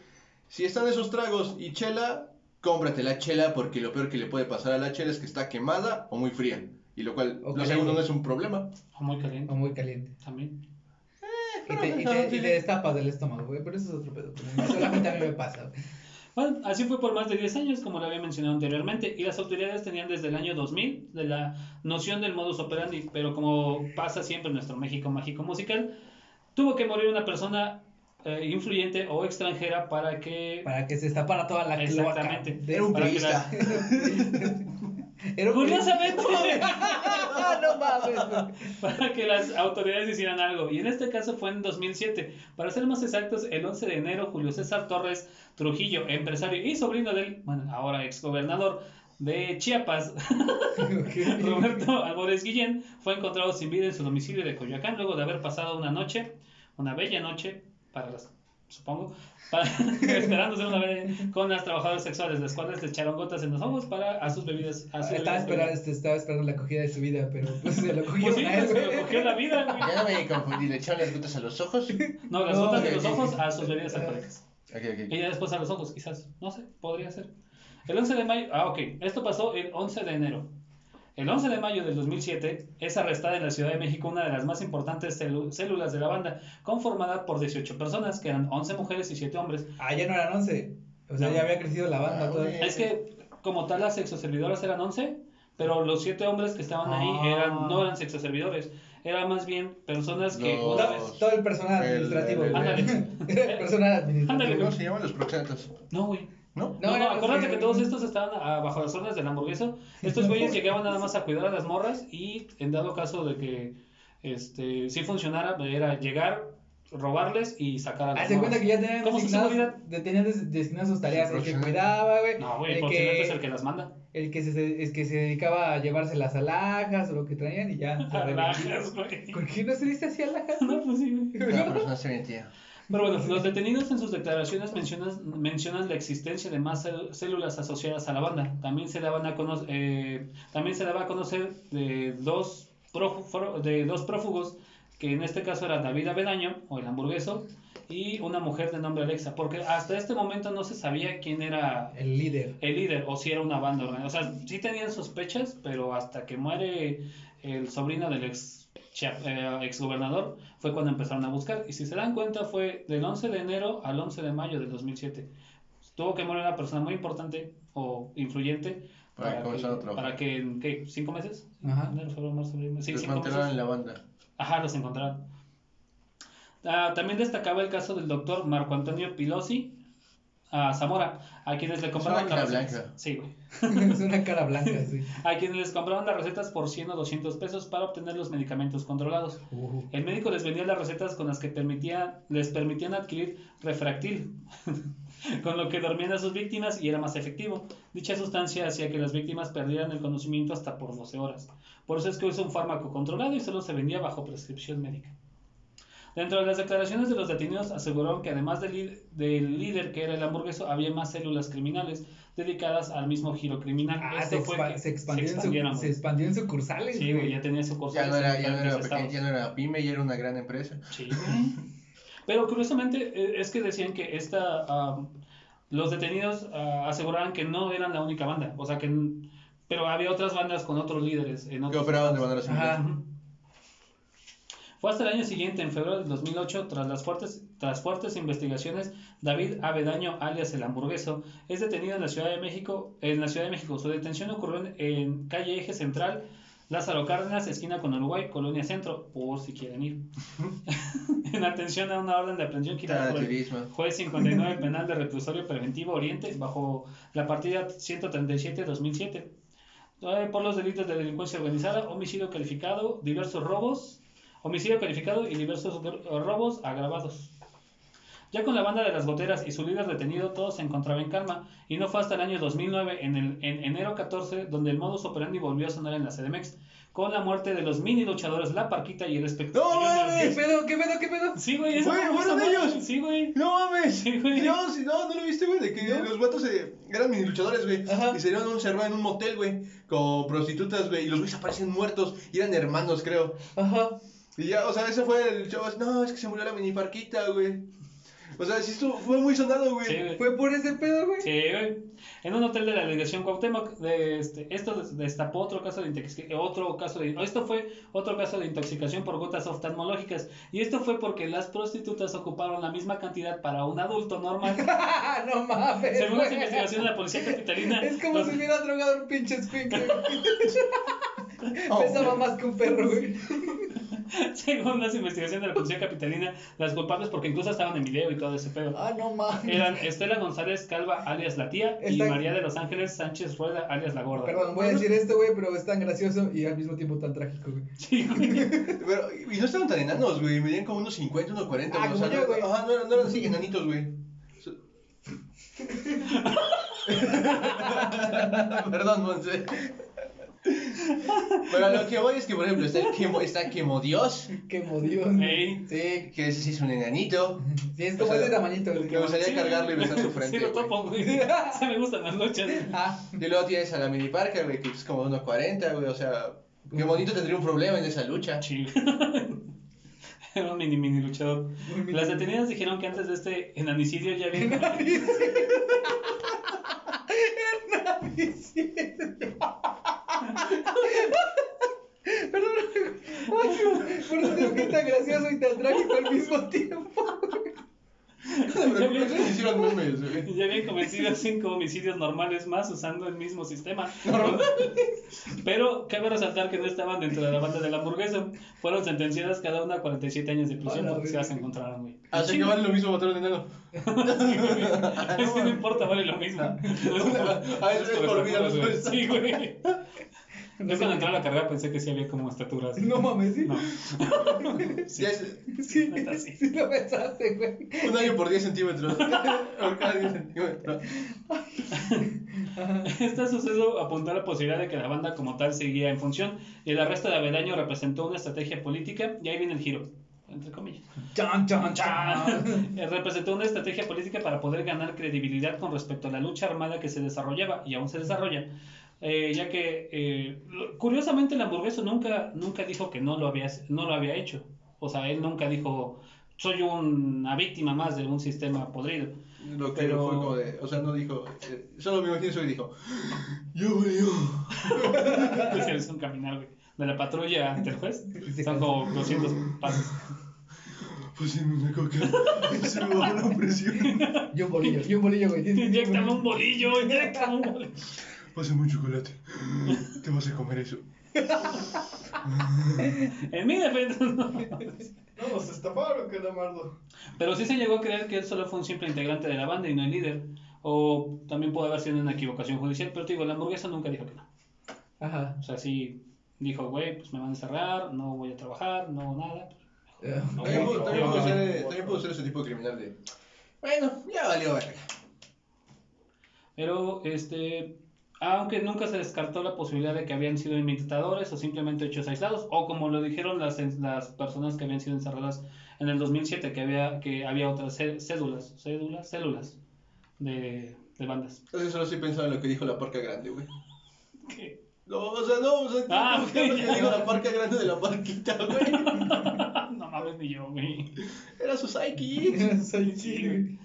[SPEAKER 2] si están esos tragos y chela, cómprate la chela, porque lo peor que le puede pasar a la chela es que está quemada o muy fría. Y lo cual,
[SPEAKER 1] O
[SPEAKER 2] lo
[SPEAKER 1] caliente.
[SPEAKER 2] segundo no es un problema.
[SPEAKER 3] O muy caliente
[SPEAKER 1] O muy caliente.
[SPEAKER 3] también.
[SPEAKER 1] Y te, y te- y te destapas del estómago, güey. Pero eso es otro pedo. Solamente a mí me pasa. güey.
[SPEAKER 3] Bueno, así fue por más de 10 años, como lo había mencionado anteriormente, y las autoridades tenían desde el año 2000 de la noción del modus operandi, pero como pasa siempre en nuestro México mágico musical, tuvo que morir una persona eh, influyente o extranjera para que...
[SPEAKER 1] Para que se destapara toda la cloaca.
[SPEAKER 3] Exactamente.
[SPEAKER 1] de-
[SPEAKER 2] Era un
[SPEAKER 3] para que
[SPEAKER 2] periodista.
[SPEAKER 1] Era un-
[SPEAKER 3] Curiosamente,
[SPEAKER 1] Ah, no mames, güey.
[SPEAKER 3] para que las autoridades hicieran algo. Y en este caso fue en 2007. Para ser más exactos, el 11 de enero, Julio César Torres Trujillo, empresario y sobrino del, bueno, ahora exgobernador de Chiapas, Roberto Álvarez Guillén, fue encontrado sin vida en su domicilio de Coyoacán luego de haber pasado una noche, una bella noche, para las, supongo, para, esperando ser una bella, con las trabajadoras sexuales, las cuales le echaron gotas en los ojos para a sus bebidas. A sus
[SPEAKER 1] Estaba
[SPEAKER 3] bebidas
[SPEAKER 1] esperando, este, estaba esperando la cogida de su vida, pero pues se lo cogió
[SPEAKER 3] Pues sí,
[SPEAKER 1] una vez,
[SPEAKER 3] se lo
[SPEAKER 1] güey.
[SPEAKER 3] cogió la vida, güey.
[SPEAKER 2] Ya no me confundí, le echaron las gotas a los ojos. Ok,
[SPEAKER 3] No, las
[SPEAKER 1] No,
[SPEAKER 3] gotas de
[SPEAKER 2] ok,
[SPEAKER 3] los
[SPEAKER 2] ok.
[SPEAKER 3] ojos a sus bebidas alcohólicas. Y
[SPEAKER 2] ok.
[SPEAKER 3] ya después a los ojos, quizás. No sé, podría ser. El 11 de mayo. Ah, ok. Esto pasó el 11 de enero. El 11 de mayo del 2007 es arrestada en la Ciudad de México una de las más importantes celu- células de la banda, conformada por 18 personas, que eran 11 mujeres y 7 hombres.
[SPEAKER 1] Ah, ya no eran 11. O sea,
[SPEAKER 3] No.
[SPEAKER 1] ya había crecido la banda
[SPEAKER 2] Ah,
[SPEAKER 1] toda.
[SPEAKER 2] güey.
[SPEAKER 3] Es que, como tal, las sexoservidoras eran 11, pero los 7 hombres que estaban ahí eran, no eran sexoservidores, eran más bien personas que.
[SPEAKER 2] Los-
[SPEAKER 3] una vez-
[SPEAKER 1] Todo, todo el personal
[SPEAKER 2] El-
[SPEAKER 1] administrativo.
[SPEAKER 2] el-
[SPEAKER 1] güey.
[SPEAKER 3] Ándale.
[SPEAKER 1] El personal administrativo.
[SPEAKER 3] Ándale,
[SPEAKER 2] ¿Cómo se llaman los proxenetas?
[SPEAKER 3] No, güey.
[SPEAKER 2] ¿No?
[SPEAKER 1] No,
[SPEAKER 3] No,
[SPEAKER 1] no,
[SPEAKER 3] no, acuérdate
[SPEAKER 1] sí.
[SPEAKER 3] que todos estos estaban ah, bajo las órdenes del hamburgueso. Estos güeyes llegaban nada más a cuidar a las morras y en dado caso de que este sí funcionara, era llegar, robarles y sacar a las
[SPEAKER 1] Hace cuenta
[SPEAKER 3] morras.
[SPEAKER 1] que ya tenían
[SPEAKER 3] ¿Cómo se seguridad?
[SPEAKER 1] designadas, de- tenían des- designadas sus tareas. El que
[SPEAKER 2] Proxeneta.
[SPEAKER 1] cuidaba, güey.
[SPEAKER 3] No, güey,
[SPEAKER 1] el,
[SPEAKER 3] porque no es el
[SPEAKER 1] que,
[SPEAKER 3] que las manda.
[SPEAKER 1] el, que se, el que se dedicaba a llevarse las alhajas o lo que traían y ya. se
[SPEAKER 3] Relajas, güey.
[SPEAKER 1] ¿Por qué no se dice así alhajas?
[SPEAKER 3] No, pues sí, güey.
[SPEAKER 2] Cada persona se mentía.
[SPEAKER 3] Pero bueno, los detenidos en sus declaraciones mencionan, mencionan la existencia de más cel- células asociadas a la banda. También se daban a conocer, también se daba a conocer de dos, prófu- fro- de dos prófugos, que en este caso era David Avedaño, o el hamburgueso, y una mujer de nombre Alexa, porque hasta este momento no se sabía quién era
[SPEAKER 1] El líder.
[SPEAKER 3] el líder o si era una banda organizada. O sea, sí tenían sospechas, pero hasta que muere el sobrino del ex eh, gobernador fue cuando empezaron a buscar. Y si se dan cuenta, fue del 11 de enero al 11 de mayo del 2007. Tuvo que morir una persona muy importante o influyente
[SPEAKER 2] Para que comenzara a
[SPEAKER 3] que,
[SPEAKER 2] trabajar. Pues
[SPEAKER 3] para que en ¿qué? cinco meses.
[SPEAKER 1] Ajá.
[SPEAKER 3] Enero, febrero, marzo, abril, sí, cinco meses.
[SPEAKER 2] Desmantelaron la banda.
[SPEAKER 3] Ajá, los encontraron. Ah, también destacaba el caso del doctor Marco Antonio Pilosi a Zamora, a quienes le compraban
[SPEAKER 2] cara
[SPEAKER 3] las recetas.
[SPEAKER 2] blanca.
[SPEAKER 3] Sí, güey.
[SPEAKER 1] es una cara blanca, sí.
[SPEAKER 3] A quienes les compraban las recetas por 100 o 200 pesos para obtener los medicamentos controlados.
[SPEAKER 1] Uh,
[SPEAKER 3] El médico les vendía las recetas con las que permitía, les permitían adquirir refractil, con lo que dormían a sus víctimas y era más efectivo. Dicha sustancia hacía que las víctimas perdieran el conocimiento hasta por 12 horas. Por eso es que es un fármaco controlado y solo se vendía bajo prescripción médica. Dentro de las declaraciones de los detenidos aseguraron que además del, lí- del líder que era el hamburgueso, había más células criminales dedicadas al mismo giro criminal.
[SPEAKER 1] Ah,
[SPEAKER 3] Esto
[SPEAKER 1] se,
[SPEAKER 3] fue
[SPEAKER 1] expa-
[SPEAKER 3] que
[SPEAKER 1] se expandió en su-
[SPEAKER 3] expandieron,
[SPEAKER 1] se
[SPEAKER 3] güey.
[SPEAKER 1] expandió en sucursales.
[SPEAKER 3] Sí, güey, ya tenía su
[SPEAKER 2] Ya no era, ya no era pequeña, ya no era pyme, ya era una gran empresa.
[SPEAKER 3] Sí, güey. Pero curiosamente eh, es que decían que esta ah, los detenidos ah, aseguraban que no eran la única banda, o sea que n- pero había otras bandas con otros líderes en
[SPEAKER 2] Que
[SPEAKER 3] otros
[SPEAKER 2] operaban de manera
[SPEAKER 1] Ajá.
[SPEAKER 2] similar.
[SPEAKER 3] Ujú. Fue hasta el año siguiente, en febrero del 2008, tras las fuertes, tras fuertes investigaciones, David Avedaño, alias el hamburgueso, es detenido en la Ciudad de México. En la Ciudad de México, su detención ocurrió en, en calle Eje Central, Lázaro Cárdenas, esquina con Uruguay, Colonia Centro, por si quieren ir. en atención a una orden de aprehensión que
[SPEAKER 2] Está turismo.
[SPEAKER 3] Juez 59 penal de reclusorio preventivo Oriente bajo la partida 137-2007 eh, por los delitos de delincuencia organizada, homicidio calificado, diversos robos, homicidio calificado y diversos gr- robos agravados. Ya con la banda de las goteras y su líder detenido, todo se encontraba en calma, y no fue hasta el año 2009, en, el, en enero 14, donde el modus operandi volvió a sonar en la CDMX, con la muerte de los mini luchadores La Parquita y el espectador.
[SPEAKER 2] ¡No
[SPEAKER 1] ¿Qué
[SPEAKER 2] mames!
[SPEAKER 1] pedo? ¿Qué pedo? ¿Qué pedo?
[SPEAKER 3] Sí, güey, eso
[SPEAKER 2] Güey,
[SPEAKER 3] fue
[SPEAKER 2] ¿fueron
[SPEAKER 3] esa madre,
[SPEAKER 2] ellos?
[SPEAKER 3] Sí, güey.
[SPEAKER 2] ¡No mames!
[SPEAKER 3] Sí, güey.
[SPEAKER 2] No, sí, no, no lo viste, güey, de que
[SPEAKER 1] ¿No?
[SPEAKER 2] los vatos eh, eran mini luchadores, güey.
[SPEAKER 1] Ajá.
[SPEAKER 2] Y se dieron un cerrado en un motel, güey, con prostitutas, güey. Y los güeyes aparecen muertos y eran hermanos, creo.
[SPEAKER 1] Ajá.
[SPEAKER 2] Y ya, o sea, ese fue el chavo. así, No, es que se murió la mini parquita, güey. O sea, sí, estuvo, fue muy sonado, güey.
[SPEAKER 3] Sí, güey.
[SPEAKER 1] ¿Fue por ese pedo, güey?
[SPEAKER 3] Sí, güey. En un hotel de la delegación Cuauhtémoc, de este, esto des- destapó otro caso de intoxicación, otro caso de, esto fue otro caso de intoxicación por gotas oftalmológicas. Y esto fue porque las prostitutas ocuparon la misma cantidad para un adulto normal.
[SPEAKER 1] Ah, no mames.
[SPEAKER 3] Según
[SPEAKER 1] güey.
[SPEAKER 3] las investigaciones de la policía capitalina.
[SPEAKER 1] Es como
[SPEAKER 3] los-
[SPEAKER 1] si hubiera drogado un pinche squinkle.
[SPEAKER 2] Oh.
[SPEAKER 1] Pesaba más que un perro, güey.
[SPEAKER 3] Según las investigaciones de la policía capitalina, las culpables porque incluso estaban en video y todo ese pedo.
[SPEAKER 1] Ah, no mames.
[SPEAKER 3] Eran Estela González Calva, alias la tía, y
[SPEAKER 1] Esta-
[SPEAKER 3] María de los Ángeles Sánchez Rueda, alias la gorda.
[SPEAKER 1] Perdón, voy a decir esto, güey, pero es tan gracioso y al mismo tiempo tan trágico, güey.
[SPEAKER 3] Sí, güey.
[SPEAKER 2] Pero, y no estaban tan enanos, güey. Medían como unos 50, unos 40,
[SPEAKER 1] Ah,
[SPEAKER 2] güey. O sea,
[SPEAKER 1] como yo,
[SPEAKER 2] no,
[SPEAKER 1] güey.
[SPEAKER 2] ajá, no eran, no eran así enanitos, güey. So- Perdón, Monse. Pero a lo que voy es que, por ejemplo, está quemo, está quemo Dios,
[SPEAKER 1] Qué modido.
[SPEAKER 3] Ey.
[SPEAKER 1] Sí.
[SPEAKER 2] que ese sí es un enanito.
[SPEAKER 1] Sí, es como
[SPEAKER 2] O sea,
[SPEAKER 1] ese tamañito, güey.
[SPEAKER 2] que me gustaría
[SPEAKER 3] Sí,
[SPEAKER 2] cargarlo y besar su
[SPEAKER 3] Sí,
[SPEAKER 2] frente.
[SPEAKER 3] lo
[SPEAKER 2] güey.
[SPEAKER 3] topo, güey. Sí, me gustan las luchas.
[SPEAKER 1] Ah,
[SPEAKER 2] y luego tienes a la mini parca, güey, que es como unos 40, güey. O sea, qué bonito tendría un problema en esa lucha.
[SPEAKER 3] Sí. Era un mini, mini luchador.
[SPEAKER 1] Un mini-
[SPEAKER 3] Las detenidas dijeron que antes de este enanicidio ya habían...
[SPEAKER 1] perdón, güey. Ay, güey, por eso digo que es tan gracioso y tan trágico al mismo tiempo.
[SPEAKER 2] Pero creo que hicieron memes, güey.
[SPEAKER 3] Ya habían cometido cinco homicidios normales más usando el mismo sistema. Pero cabe resaltar que no estaban dentro de la banda de la hamburguesa. Fueron sentenciadas cada una a 47 años de prisión
[SPEAKER 1] A la
[SPEAKER 3] porque se
[SPEAKER 1] verga.
[SPEAKER 3] las encontraron, güey.
[SPEAKER 2] Así Ah, que vale lo mismo matar a un enano. Ah,
[SPEAKER 3] Es que no
[SPEAKER 2] no.
[SPEAKER 3] importa, vale lo mismo. No es por-
[SPEAKER 2] Ah, eso es por vida,
[SPEAKER 3] Sí, güey. Yo cuando entré a la carrera pensé que sí había como estaturas.
[SPEAKER 1] No mames, sí.
[SPEAKER 3] No.
[SPEAKER 2] Ya es
[SPEAKER 1] Sí,
[SPEAKER 3] Neta,
[SPEAKER 1] sí,
[SPEAKER 3] sí.
[SPEAKER 1] lo pensaste, güey.
[SPEAKER 2] un año por 10 centímetros. por cada 10 centímetros.
[SPEAKER 3] Este suceso apuntó a la posibilidad de que la banda como tal seguía en función y el arresto de Avedaño representó una estrategia política, y ahí viene el giro, entre comillas.
[SPEAKER 1] Chan, chan, chan.
[SPEAKER 3] Eh, representó una estrategia política para poder ganar credibilidad con respecto a la lucha armada que se desarrollaba y aún se desarrolla. eh, ya que eh, lo- curiosamente el hamburgueso nunca, nunca dijo que no lo, había, no lo había hecho. O sea, él nunca dijo soy una víctima más de un sistema podrido.
[SPEAKER 2] Lo que
[SPEAKER 3] Pero-
[SPEAKER 2] fue como de. O sea, no dijo. eh, solo me imagino eso y dijo. Yo, yo.
[SPEAKER 3] Pues es un caminar, güey. De la patrulla ante el juez.
[SPEAKER 1] Sí.
[SPEAKER 3] Son como 200 pasos.
[SPEAKER 2] Pues en una coca. Se me bajó la presión.
[SPEAKER 1] Y un bolillo, y un bolillo, güey.
[SPEAKER 3] Inyectame un bolillo, inyectame un bolillo.
[SPEAKER 2] Pásame un chocolate. Te vas a comer eso.
[SPEAKER 3] En mi defensa, no.
[SPEAKER 4] No, nos estafaron, Calamardo.
[SPEAKER 3] Pero sí se llegó a creer que él solo fue un simple integrante de la banda y no el líder. O también pudo haber sido una equivocación judicial. Pero te digo, la hamburguesa nunca dijo que no.
[SPEAKER 1] Ajá.
[SPEAKER 3] O sea, sí dijo, güey, pues me van a encerrar, no voy a trabajar, no nada.
[SPEAKER 1] Eh,
[SPEAKER 2] También puedo, también puedo
[SPEAKER 3] no,
[SPEAKER 2] ser,
[SPEAKER 3] no,
[SPEAKER 2] eh, también puedo ser ese tipo de criminal de. Bueno, ya valió verga.
[SPEAKER 3] Pero, este, aunque nunca se descartó la posibilidad de que habían sido imitadores o simplemente hechos aislados, o como lo dijeron las, las personas que habían sido encerradas en el 2007, que había, que había otras cé- cédulas, cédulas, células de, de bandas.
[SPEAKER 2] Entonces solo estoy pensando en lo que dijo la parca grande, güey.
[SPEAKER 3] ¿Qué?
[SPEAKER 2] No, o sea, no, o sea,
[SPEAKER 3] Ah,
[SPEAKER 2] no,
[SPEAKER 3] ok.
[SPEAKER 2] yo digo la parca grande de la parquita, güey.
[SPEAKER 3] No mames, ni yo, güey.
[SPEAKER 2] Era su psyche.
[SPEAKER 1] Soy chile.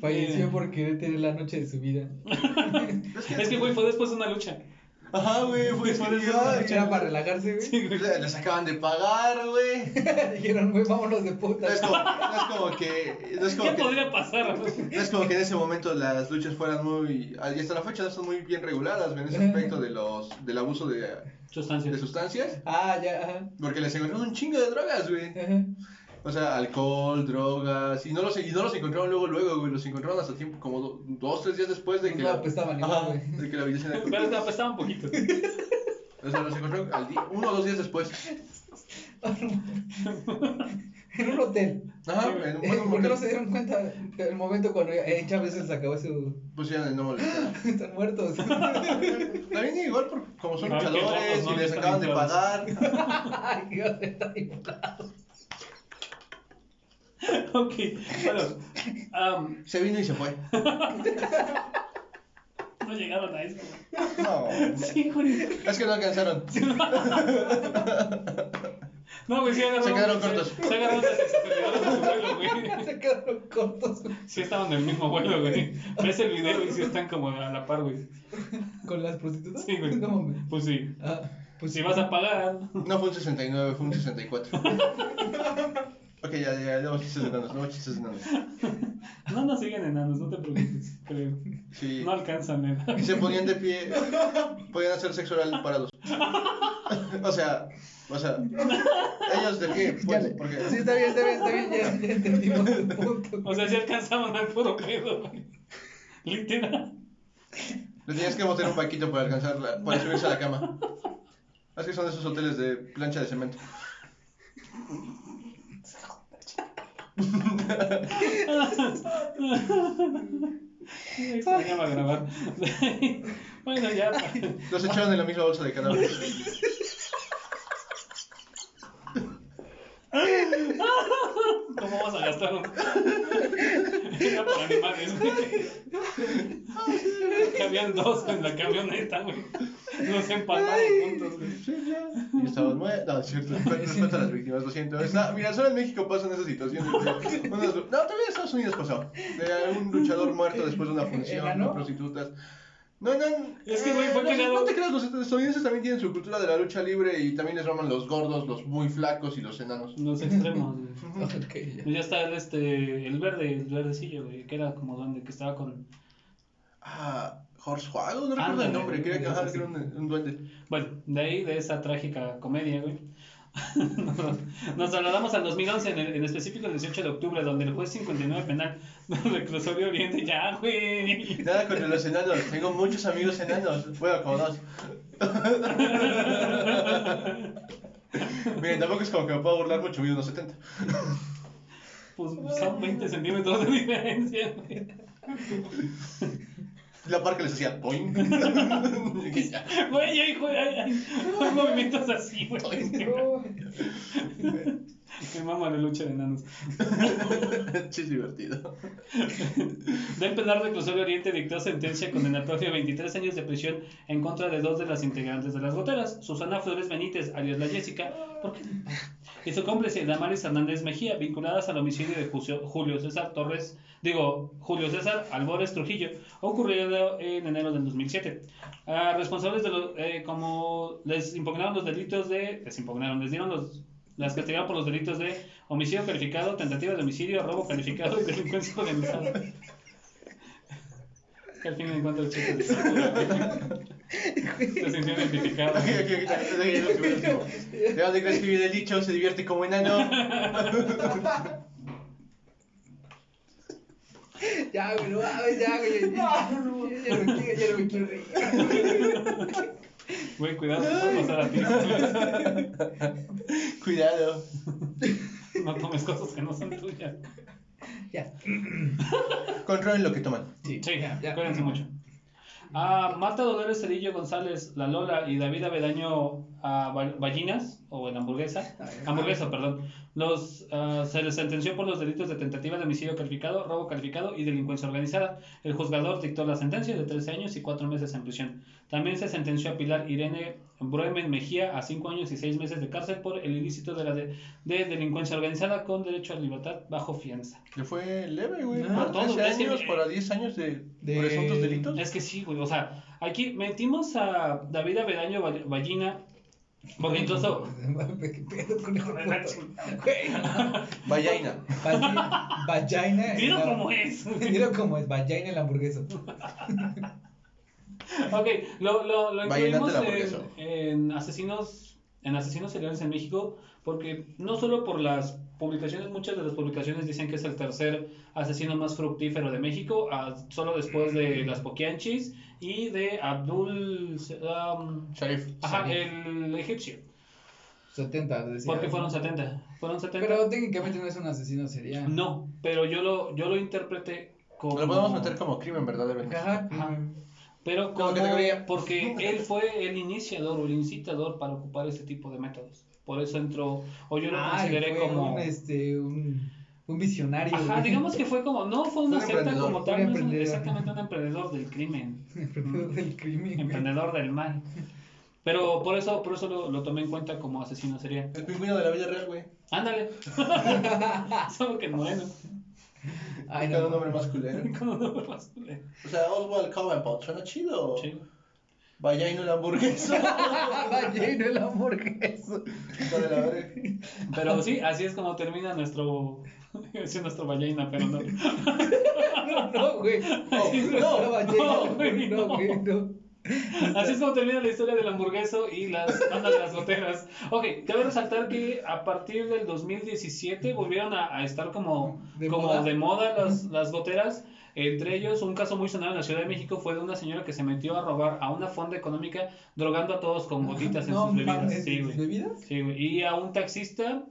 [SPEAKER 1] Falleció por querer tener la noche de su vida.
[SPEAKER 3] Es que, güey, fue después de una lucha.
[SPEAKER 2] Ajá, güey, fue
[SPEAKER 3] Después de
[SPEAKER 2] sí,
[SPEAKER 3] eso,
[SPEAKER 2] ay,
[SPEAKER 1] Era para relajarse, güey.
[SPEAKER 3] Sí, güey.
[SPEAKER 2] Les acaban de pagar, güey.
[SPEAKER 1] Dijeron, güey, vámonos de puta.
[SPEAKER 2] No es como, no es como que. No es
[SPEAKER 3] ¿Qué
[SPEAKER 2] como que,
[SPEAKER 3] podría pasar?
[SPEAKER 2] no es como que en ese momento las luchas fueran muy. Y hasta la fecha están muy bien reguladas güey, en ese aspecto de los, del abuso de, de
[SPEAKER 3] Sustancias.
[SPEAKER 2] sustancias.
[SPEAKER 1] Ah, ya, ajá.
[SPEAKER 2] Porque les encontraron un chingo de drogas, güey.
[SPEAKER 1] ajá.
[SPEAKER 2] O sea, alcohol, drogas. Y no los, y no los encontraron luego, luego, güey. Los encontraron hasta tiempo, como do- dos, tres días después de que.
[SPEAKER 1] No
[SPEAKER 2] la-
[SPEAKER 1] apestaban igual,
[SPEAKER 2] Ajá,
[SPEAKER 1] güey.
[SPEAKER 2] De que la Virgen de
[SPEAKER 3] Pero te apestaba un poquito.
[SPEAKER 2] O sea, los encontraron al día, uno o dos días después.
[SPEAKER 1] En un hotel.
[SPEAKER 2] Ajá, en un
[SPEAKER 1] Eh,
[SPEAKER 2] buen
[SPEAKER 1] ¿Por qué
[SPEAKER 2] momento.
[SPEAKER 1] no se dieron cuenta del momento cuando eh, Chávez se acabó su...
[SPEAKER 2] Pusieron el Pues no molestar.
[SPEAKER 1] Están muertos.
[SPEAKER 2] También igual, por, como son
[SPEAKER 3] Ay, qué
[SPEAKER 2] luchadores
[SPEAKER 3] guapos, ¿no?
[SPEAKER 2] y les
[SPEAKER 3] Están
[SPEAKER 2] acaban de
[SPEAKER 3] inflados.
[SPEAKER 2] pagar.
[SPEAKER 1] Ay, Dios, está inflado.
[SPEAKER 3] ok, bueno. am,
[SPEAKER 2] Se vino y se fue.
[SPEAKER 3] no llegaron a eso. güey.
[SPEAKER 2] No.
[SPEAKER 3] Sí, güey.
[SPEAKER 2] Es que no alcanzaron.
[SPEAKER 3] No, güey, sí agarraron.
[SPEAKER 2] Se quedaron
[SPEAKER 3] sí-
[SPEAKER 2] cortos.
[SPEAKER 3] Sí agarraron las extremidades de su vuelo, güey.
[SPEAKER 1] Se quedaron cortos
[SPEAKER 3] Sí estaban del mismo vuelo, güey. Ves el video y sí están como a la par, güey.
[SPEAKER 1] con las prostitutas.
[SPEAKER 3] Sí, güey.
[SPEAKER 1] No mames.
[SPEAKER 3] Pues sí.
[SPEAKER 1] Ah,
[SPEAKER 3] Pues si vas a pagar.
[SPEAKER 2] No fue un 69, fue un 64. ok, ya, ya, ya, no chistes enanos, no chistes enanos.
[SPEAKER 3] No nos siguen enanos, no te preocupes. Creo.
[SPEAKER 2] Sí.
[SPEAKER 3] No alcanzan, ¿eh? nena.
[SPEAKER 2] Y se ponían de pie, podían hacer sexo oral parados. o sea, o sea, ellos de pie,
[SPEAKER 1] Ya
[SPEAKER 2] pues,
[SPEAKER 1] le-
[SPEAKER 2] porque...
[SPEAKER 1] Sí, está bien, está bien, está bien. Ya, ya entendimos el punto.
[SPEAKER 3] O sea, sí alcanzaban al puro pedo, güey. Literal.
[SPEAKER 2] Le tenías que botar un paquito para alcanzar la- para subirse a la cama. Es que son de esos hoteles de plancha de cemento.
[SPEAKER 3] Me Extrañaba grabar. bueno, ya.
[SPEAKER 2] Los echaron en la misma bolsa de cadáveres.
[SPEAKER 3] ¿Cómo vas a gastar un.? Era para animales, güey. Habían dos en la camioneta, güey. Los empataron juntos, güey.
[SPEAKER 2] Sí, ya. Y estaban muertos. No, es cierto. Respeto respeto a las víctimas, lo siento. Está- mira, solo en México pasan esas situaciones. güey. Unas- no, también en Estados Unidos pasó. De un luchador muerto después de una función,
[SPEAKER 1] ¿Enano?
[SPEAKER 2] no prostitutas. No, no.
[SPEAKER 3] Es que, güey, fue
[SPEAKER 2] no,
[SPEAKER 3] cagado.
[SPEAKER 2] No te creas, los estadounidenses también tienen su cultura de la lucha libre y también les roman los gordos, los muy flacos y los enanos.
[SPEAKER 3] Los extremos, güey. Pues
[SPEAKER 1] Ok, ya.
[SPEAKER 3] Ya está el, este, el verde, el verdecillo, güey, que era como donde que estaba con...
[SPEAKER 2] Ah, Horse Waddle, no recuerdo el
[SPEAKER 3] Ándale,
[SPEAKER 2] nombre. Quería que
[SPEAKER 3] güey,
[SPEAKER 2] ajá,
[SPEAKER 3] Ah,
[SPEAKER 2] que
[SPEAKER 3] sí,
[SPEAKER 2] era un, un duende.
[SPEAKER 3] Bueno, de ahí, de esa trágica comedia, güey. Nos trasladamos al 2011, en, el- en específico el 18 de octubre, donde el juez 59 penal del reclusorio oriente, ya, güey.
[SPEAKER 2] Nada contra los enanos. Tengo muchos amigos enanos. Bueno, como dos. Miren, tampoco es como que me pueda burlar mucho, mido unos 70.
[SPEAKER 3] Pues son 20 centímetros de diferencia. güey.
[SPEAKER 2] La parca les hacía poing. Y ya.
[SPEAKER 3] Güey, hay, jue- hay, hay- hay movimientos así, güey.
[SPEAKER 4] No,
[SPEAKER 3] Me mama la lucha de enanos.
[SPEAKER 2] Sí, es divertido.
[SPEAKER 3] Del penal reclusorio Oriente dictó sentencia condenatoria a 23 años de prisión en contra de dos de las integrantes de las goteras, Susana Flores Benítez, alias la Jessica, ¿por qué? y su cómplice Damaris Hernández Mejía, vinculadas al homicidio de Jucio- Julio César Torres, digo, Julio César Albores Trujillo, ocurrido en enero del 2007. A Ah, responsables de los, eh, como les impugnaron los delitos de, les impugnaron, les dieron los las castigaron por los delitos de homicidio calificado, tentativa de homicidio, robo calificado y delincuencia organizada. Que al fin encuentro el chiste de Se sintió identificado.
[SPEAKER 2] Aquí, aquí, aquí, aquí, el último, el último. ¿De dónde crees que vive el dicho? Se divierte como enano.
[SPEAKER 1] Ya, güey, no mames, ya, güey. Ya, ya no me quiero, ya no me quiero reír.
[SPEAKER 3] Güey, cuidado, te puede pasar a ti.
[SPEAKER 2] Cuidado.
[SPEAKER 3] No tomes cosas que no son tuyas.
[SPEAKER 1] Ya.
[SPEAKER 2] Controlen lo que toman.
[SPEAKER 1] Sí.
[SPEAKER 3] Sí,
[SPEAKER 1] Ya.
[SPEAKER 3] cuídense mucho. A Marta Dolores Cedillo González, La Lola y David Avedaño a Val- Ballinas, o en hamburguesa,
[SPEAKER 1] A ver.
[SPEAKER 3] hamburguesa, perdón, los, ah, se les sentenció por los delitos de tentativa de homicidio calificado, robo calificado y delincuencia organizada. El juzgador dictó la sentencia de 13 años y 4 meses en prisión. También se sentenció a Pilar Irene Bremen Mejía a 5 años y 6 meses de cárcel por el ilícito de la de, de delincuencia organizada con derecho a libertad bajo fianza.
[SPEAKER 2] Le fue leve, güey.
[SPEAKER 1] No,
[SPEAKER 2] para
[SPEAKER 3] todo,
[SPEAKER 2] 13
[SPEAKER 3] es que-
[SPEAKER 2] años, para 10 años de,
[SPEAKER 1] De-
[SPEAKER 2] presuntos delitos.
[SPEAKER 3] Es que sí, güey. O sea, aquí metimos a David Avedaño Val- Ballina. Porque incluso.
[SPEAKER 1] ¿Qué pedo con el Güey, no.
[SPEAKER 2] Vallaina.
[SPEAKER 1] Vagi- Vagina. en
[SPEAKER 3] Dilo
[SPEAKER 1] la-
[SPEAKER 3] como es.
[SPEAKER 1] Dilo como es, vagina en la hamburguesa.
[SPEAKER 3] Ok, lo, lo, lo
[SPEAKER 2] Vallenate
[SPEAKER 3] incluimos
[SPEAKER 2] la hamburguesa.
[SPEAKER 3] en, en asesinos. En asesinos seriales en México. Porque no solo por las publicaciones, muchas de las publicaciones dicen que es el tercer asesino más fructífero de México. a- solo después de las Poquianchis y de Abdul. um,
[SPEAKER 2] Sharif.
[SPEAKER 3] ajá,
[SPEAKER 2] Sharif.
[SPEAKER 3] el egipcio.
[SPEAKER 1] 70, decía.
[SPEAKER 3] Porque fueron 70. Fueron 70.
[SPEAKER 1] Pero técnicamente no es un asesino serial.
[SPEAKER 3] No, pero yo lo, yo lo interpreté como.
[SPEAKER 2] Lo podemos meter como crimen verdadero.
[SPEAKER 1] Ajá.
[SPEAKER 3] Ajá. Pero como.
[SPEAKER 2] categoría.
[SPEAKER 3] Porque él fue el iniciador o el incitador para ocupar ese tipo de métodos. Por eso entró. O yo lo
[SPEAKER 1] Ah,
[SPEAKER 3] consideré
[SPEAKER 1] fue
[SPEAKER 3] como.
[SPEAKER 1] Un, este, un, un visionario.
[SPEAKER 3] Ajá,
[SPEAKER 1] güey.
[SPEAKER 3] digamos que fue como. No fue una
[SPEAKER 2] Fue un
[SPEAKER 3] secta
[SPEAKER 2] emprendedor,
[SPEAKER 3] como
[SPEAKER 1] fue un
[SPEAKER 3] tal. no es un-
[SPEAKER 1] emprendedor.
[SPEAKER 3] exactamente un emprendedor del crimen.
[SPEAKER 1] Emprendedor del crimen. güey.
[SPEAKER 3] emprendedor del mal. Pero por eso, por eso lo, lo tomé en cuenta como asesino serial.
[SPEAKER 2] El pingüino de la vida real, güey.
[SPEAKER 3] Ándale. Solo que bueno.
[SPEAKER 1] Ay,
[SPEAKER 2] Cada
[SPEAKER 1] no.
[SPEAKER 2] nombre más culero.
[SPEAKER 3] Como no me basculé.
[SPEAKER 2] O sea, Oswald Cobblepot suena chido.
[SPEAKER 3] Sí.
[SPEAKER 2] Vallaino la hamburguesa.
[SPEAKER 1] Ah, Vagina en la hamburguesa.
[SPEAKER 2] Hijo de la verga.
[SPEAKER 3] Pero sí, así es como termina nuestro. iba a decir nuestro ballena, pero no.
[SPEAKER 1] No, no, güey.
[SPEAKER 2] No,
[SPEAKER 1] No,
[SPEAKER 2] no,
[SPEAKER 1] no,
[SPEAKER 3] no, güey,
[SPEAKER 1] no, güey, no.
[SPEAKER 3] Así es como termina la historia del hamburgueso y las bandas de las goteras. Ok, cabe resaltar que a partir del 2017 volvieron a, a estar como
[SPEAKER 1] De
[SPEAKER 3] de como
[SPEAKER 1] moda.
[SPEAKER 3] moda, de moda las, las goteras. Entre ellos, un caso muy sonado en la Ciudad de México fue de una señora que se metió a robar a una fonda económica drogando a todos con gotitas en
[SPEAKER 1] No
[SPEAKER 3] sus bebidas.
[SPEAKER 1] mames,
[SPEAKER 3] Sí,
[SPEAKER 1] ¿sus
[SPEAKER 3] güey.
[SPEAKER 1] bebidas?
[SPEAKER 3] Sí, güey. Y a un taxista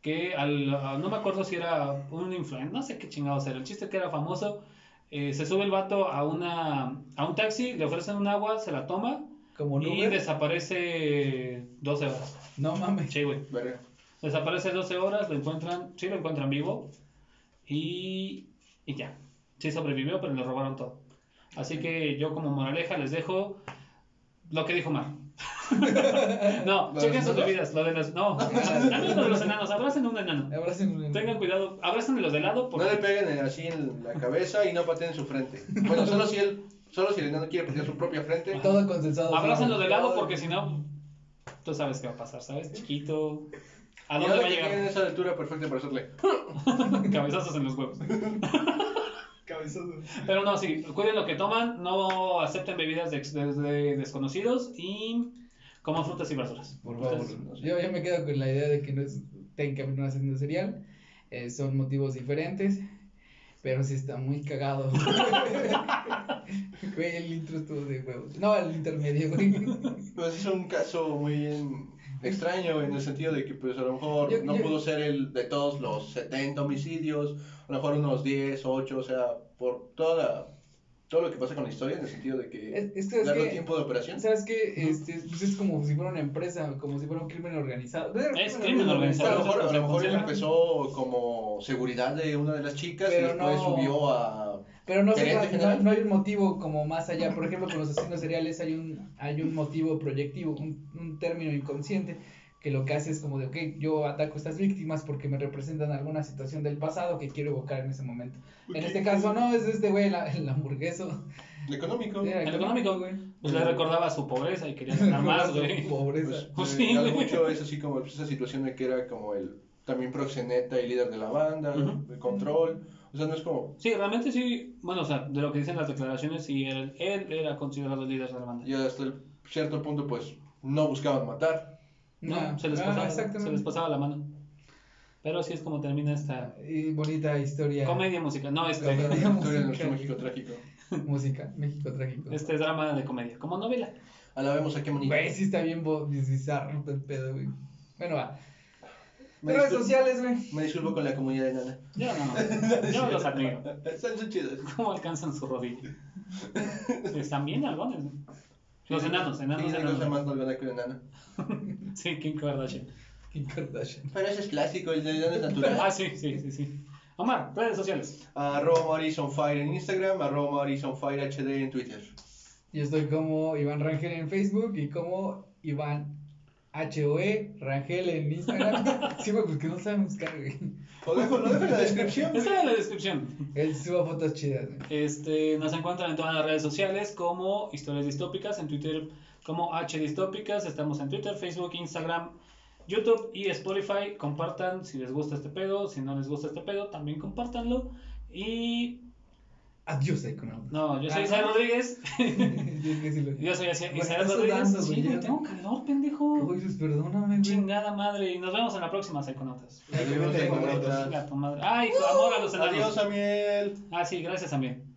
[SPEAKER 3] que al, a- no me acuerdo si era un influencer, no sé qué chingados era. El chiste que era famoso. eh, se sube el vato a, una, a un taxi, le ofrecen un agua, se la toma
[SPEAKER 1] Como no.
[SPEAKER 3] y
[SPEAKER 1] güey.
[SPEAKER 3] desaparece 12 horas.
[SPEAKER 1] No mames.
[SPEAKER 3] Sí, güey.
[SPEAKER 2] Verga.
[SPEAKER 3] Desaparece 12 horas, lo encuentran, sí lo encuentran vivo y, y ya. Sí sobrevivió, pero le robaron todo. Así que yo como moraleja les dejo lo que dijo Mar. no,
[SPEAKER 2] ¿Lo de
[SPEAKER 3] chequen
[SPEAKER 2] los enanos?
[SPEAKER 3] sus bebidas, lo de los... No, también lo de los enanos, abracen a un enano.
[SPEAKER 1] Abracen un
[SPEAKER 3] Tengan cuidado, abracen a los de lado
[SPEAKER 2] No le
[SPEAKER 3] porque...
[SPEAKER 2] peguen en- así en la cabeza y no pateen su frente. Bueno, solo si él, solo si el enano quiere patear su propia frente.
[SPEAKER 1] Todo consensado.
[SPEAKER 3] Abrácenlo de lado porque si no, tú sabes qué va a pasar, ¿sabes? Chiquito. ¿A
[SPEAKER 2] Y
[SPEAKER 3] dónde
[SPEAKER 2] ahora
[SPEAKER 3] va a
[SPEAKER 2] que tienen
[SPEAKER 3] llegar?
[SPEAKER 2] esa altura perfecta para hacerle.
[SPEAKER 3] Cabezazos en los huevos.
[SPEAKER 4] cabezazo.
[SPEAKER 3] Pero no, sí, cuiden lo que toman, no acepten bebidas de, de- de desconocidos y coman frutas y verduras.
[SPEAKER 1] Por favor.
[SPEAKER 3] Ustedes-
[SPEAKER 1] Yo, yo me quedo con la idea de que no es técnicamente un asesino serial. eh, son motivos diferentes. Pero sí está muy cagado. güey, el intro estuvo de huevos. No, el intermedio, güey.
[SPEAKER 2] Pues es un caso muy bien extraño en el sentido de que pues a lo mejor
[SPEAKER 1] Yo-
[SPEAKER 2] no
[SPEAKER 1] yo-
[SPEAKER 2] pudo ser el de todos los 70 homicidios, a lo mejor unos 10, 8, o sea, por toda la- todo lo que pasa con la historia en el sentido de que
[SPEAKER 1] Es- es que es
[SPEAKER 2] largo
[SPEAKER 1] que-
[SPEAKER 2] tiempo de operación.
[SPEAKER 1] ¿Sabes qué? Este, pues es como si fuera una empresa, como si fuera un crimen organizado. No era
[SPEAKER 3] Es crimen
[SPEAKER 2] O sea, a lo
[SPEAKER 3] organizado.
[SPEAKER 2] mejor, a lo mejor él
[SPEAKER 3] Funciona.
[SPEAKER 2] empezó como seguridad de una de las chicas y
[SPEAKER 1] Pero
[SPEAKER 2] después
[SPEAKER 1] no-
[SPEAKER 2] subió a...
[SPEAKER 1] Pero no, sé,
[SPEAKER 2] Gerente
[SPEAKER 1] no-
[SPEAKER 2] general.
[SPEAKER 1] no- no hay un motivo como más allá. Por ejemplo, con los asesinos seriales hay un, hay un motivo proyectivo, un, un término inconsciente que lo que hace es como de, ok, yo ataco a estas víctimas porque me representan alguna situación del pasado que quiero evocar en ese momento. En este caso, no, es este güey, la- el hamburgueso.
[SPEAKER 2] Económico.
[SPEAKER 1] Era
[SPEAKER 3] El económico, güey. Pues le recordaba su pobreza y quería ganar más, güey.
[SPEAKER 1] Pobreza.
[SPEAKER 2] Pues,
[SPEAKER 3] Pues
[SPEAKER 2] eh,
[SPEAKER 3] sí,
[SPEAKER 2] a lo
[SPEAKER 3] güey.
[SPEAKER 2] mucho es así como pues, esa situación de que era como el también proxeneta y líder de la banda,
[SPEAKER 3] Ujú.
[SPEAKER 2] el control. O sea, no es como.
[SPEAKER 3] Sí, realmente sí. Bueno, o sea, de lo que dicen las declaraciones, sí, él, él era considerado líder de la banda.
[SPEAKER 2] Y hasta el cierto punto, pues no buscaban matar.
[SPEAKER 3] No, se les
[SPEAKER 1] ah,
[SPEAKER 3] pasaba, se les
[SPEAKER 1] exactamente.
[SPEAKER 3] pasaba la mano. Pero así es como termina esta
[SPEAKER 1] Y bonita historia.
[SPEAKER 3] comedia musical. No,
[SPEAKER 2] La
[SPEAKER 3] este,
[SPEAKER 1] Comedia.
[SPEAKER 2] historia de nuestro
[SPEAKER 1] musical.
[SPEAKER 2] México trágico.
[SPEAKER 1] Música, México trágico.
[SPEAKER 3] este drama de comedia, como novela.
[SPEAKER 2] Alabemos a qué bonito.
[SPEAKER 1] Güey, sí está bien bo- bizarro el pedo, güey. Bueno, va.
[SPEAKER 2] Me,
[SPEAKER 1] Redes
[SPEAKER 2] discul-
[SPEAKER 1] sociales, güey.
[SPEAKER 2] me disculpo con la comunidad de nana.
[SPEAKER 3] Yo no, yo los admiro.
[SPEAKER 2] Están son chidas.
[SPEAKER 3] ¿Cómo alcanzan su rodilla? Están bien algones. Los enanos, enanos,
[SPEAKER 2] Sí, una
[SPEAKER 3] enanos.
[SPEAKER 2] cosa más nalgona que una enana.
[SPEAKER 3] Sí, Kim Kardashian.
[SPEAKER 1] Kim Kardashian.
[SPEAKER 2] Pero ese es clásico, el de enana es
[SPEAKER 3] Ah,
[SPEAKER 2] natural.
[SPEAKER 3] sí, sí, sí, sí. Omar, redes sociales.
[SPEAKER 2] arroba Maurice on Fire en Instagram, arroba Maurice on Fire HD en Twitter.
[SPEAKER 1] Yo estoy como Iván Rangel en Facebook y como Iván HOE Rangel en Instagram. sí, güey, porque no saben buscar, güey.
[SPEAKER 2] Lo dejo, lo dejo en la descripción.
[SPEAKER 3] Está en la descripción.
[SPEAKER 1] Él suba fotos chidas, güey.
[SPEAKER 3] Este, nos encuentran en todas las redes sociales como Historias Distópicas, en Twitter como H Distópicas, estamos en Twitter, Facebook, Instagram, YouTube y Spotify. Compartan si les gusta este pedo, si no les gusta este pedo, también compártanlo. Y
[SPEAKER 1] Adiós, Econauta.
[SPEAKER 3] no, yo soy
[SPEAKER 1] Ah.
[SPEAKER 3] Isabel Rodríguez.
[SPEAKER 1] Tienes que decirlo.
[SPEAKER 3] Yo soy Isabel
[SPEAKER 1] Güey,
[SPEAKER 3] Isabel
[SPEAKER 1] estás
[SPEAKER 3] Rodríguez.
[SPEAKER 1] sudando,
[SPEAKER 3] Sí,
[SPEAKER 1] güey,
[SPEAKER 3] güey,
[SPEAKER 1] ya.
[SPEAKER 3] tengo calor, pendejo.
[SPEAKER 1] Oye, pues perdóname, güey.
[SPEAKER 3] Chingada madre. Y nos vemos en la próxima, Psychonautas.
[SPEAKER 2] Adiós,
[SPEAKER 1] Adiós,
[SPEAKER 2] Econautas.
[SPEAKER 3] Chinga tu madre. Ay, amor a los enanos.
[SPEAKER 2] Adiós, Amiel.
[SPEAKER 3] Ah, sí, gracias también.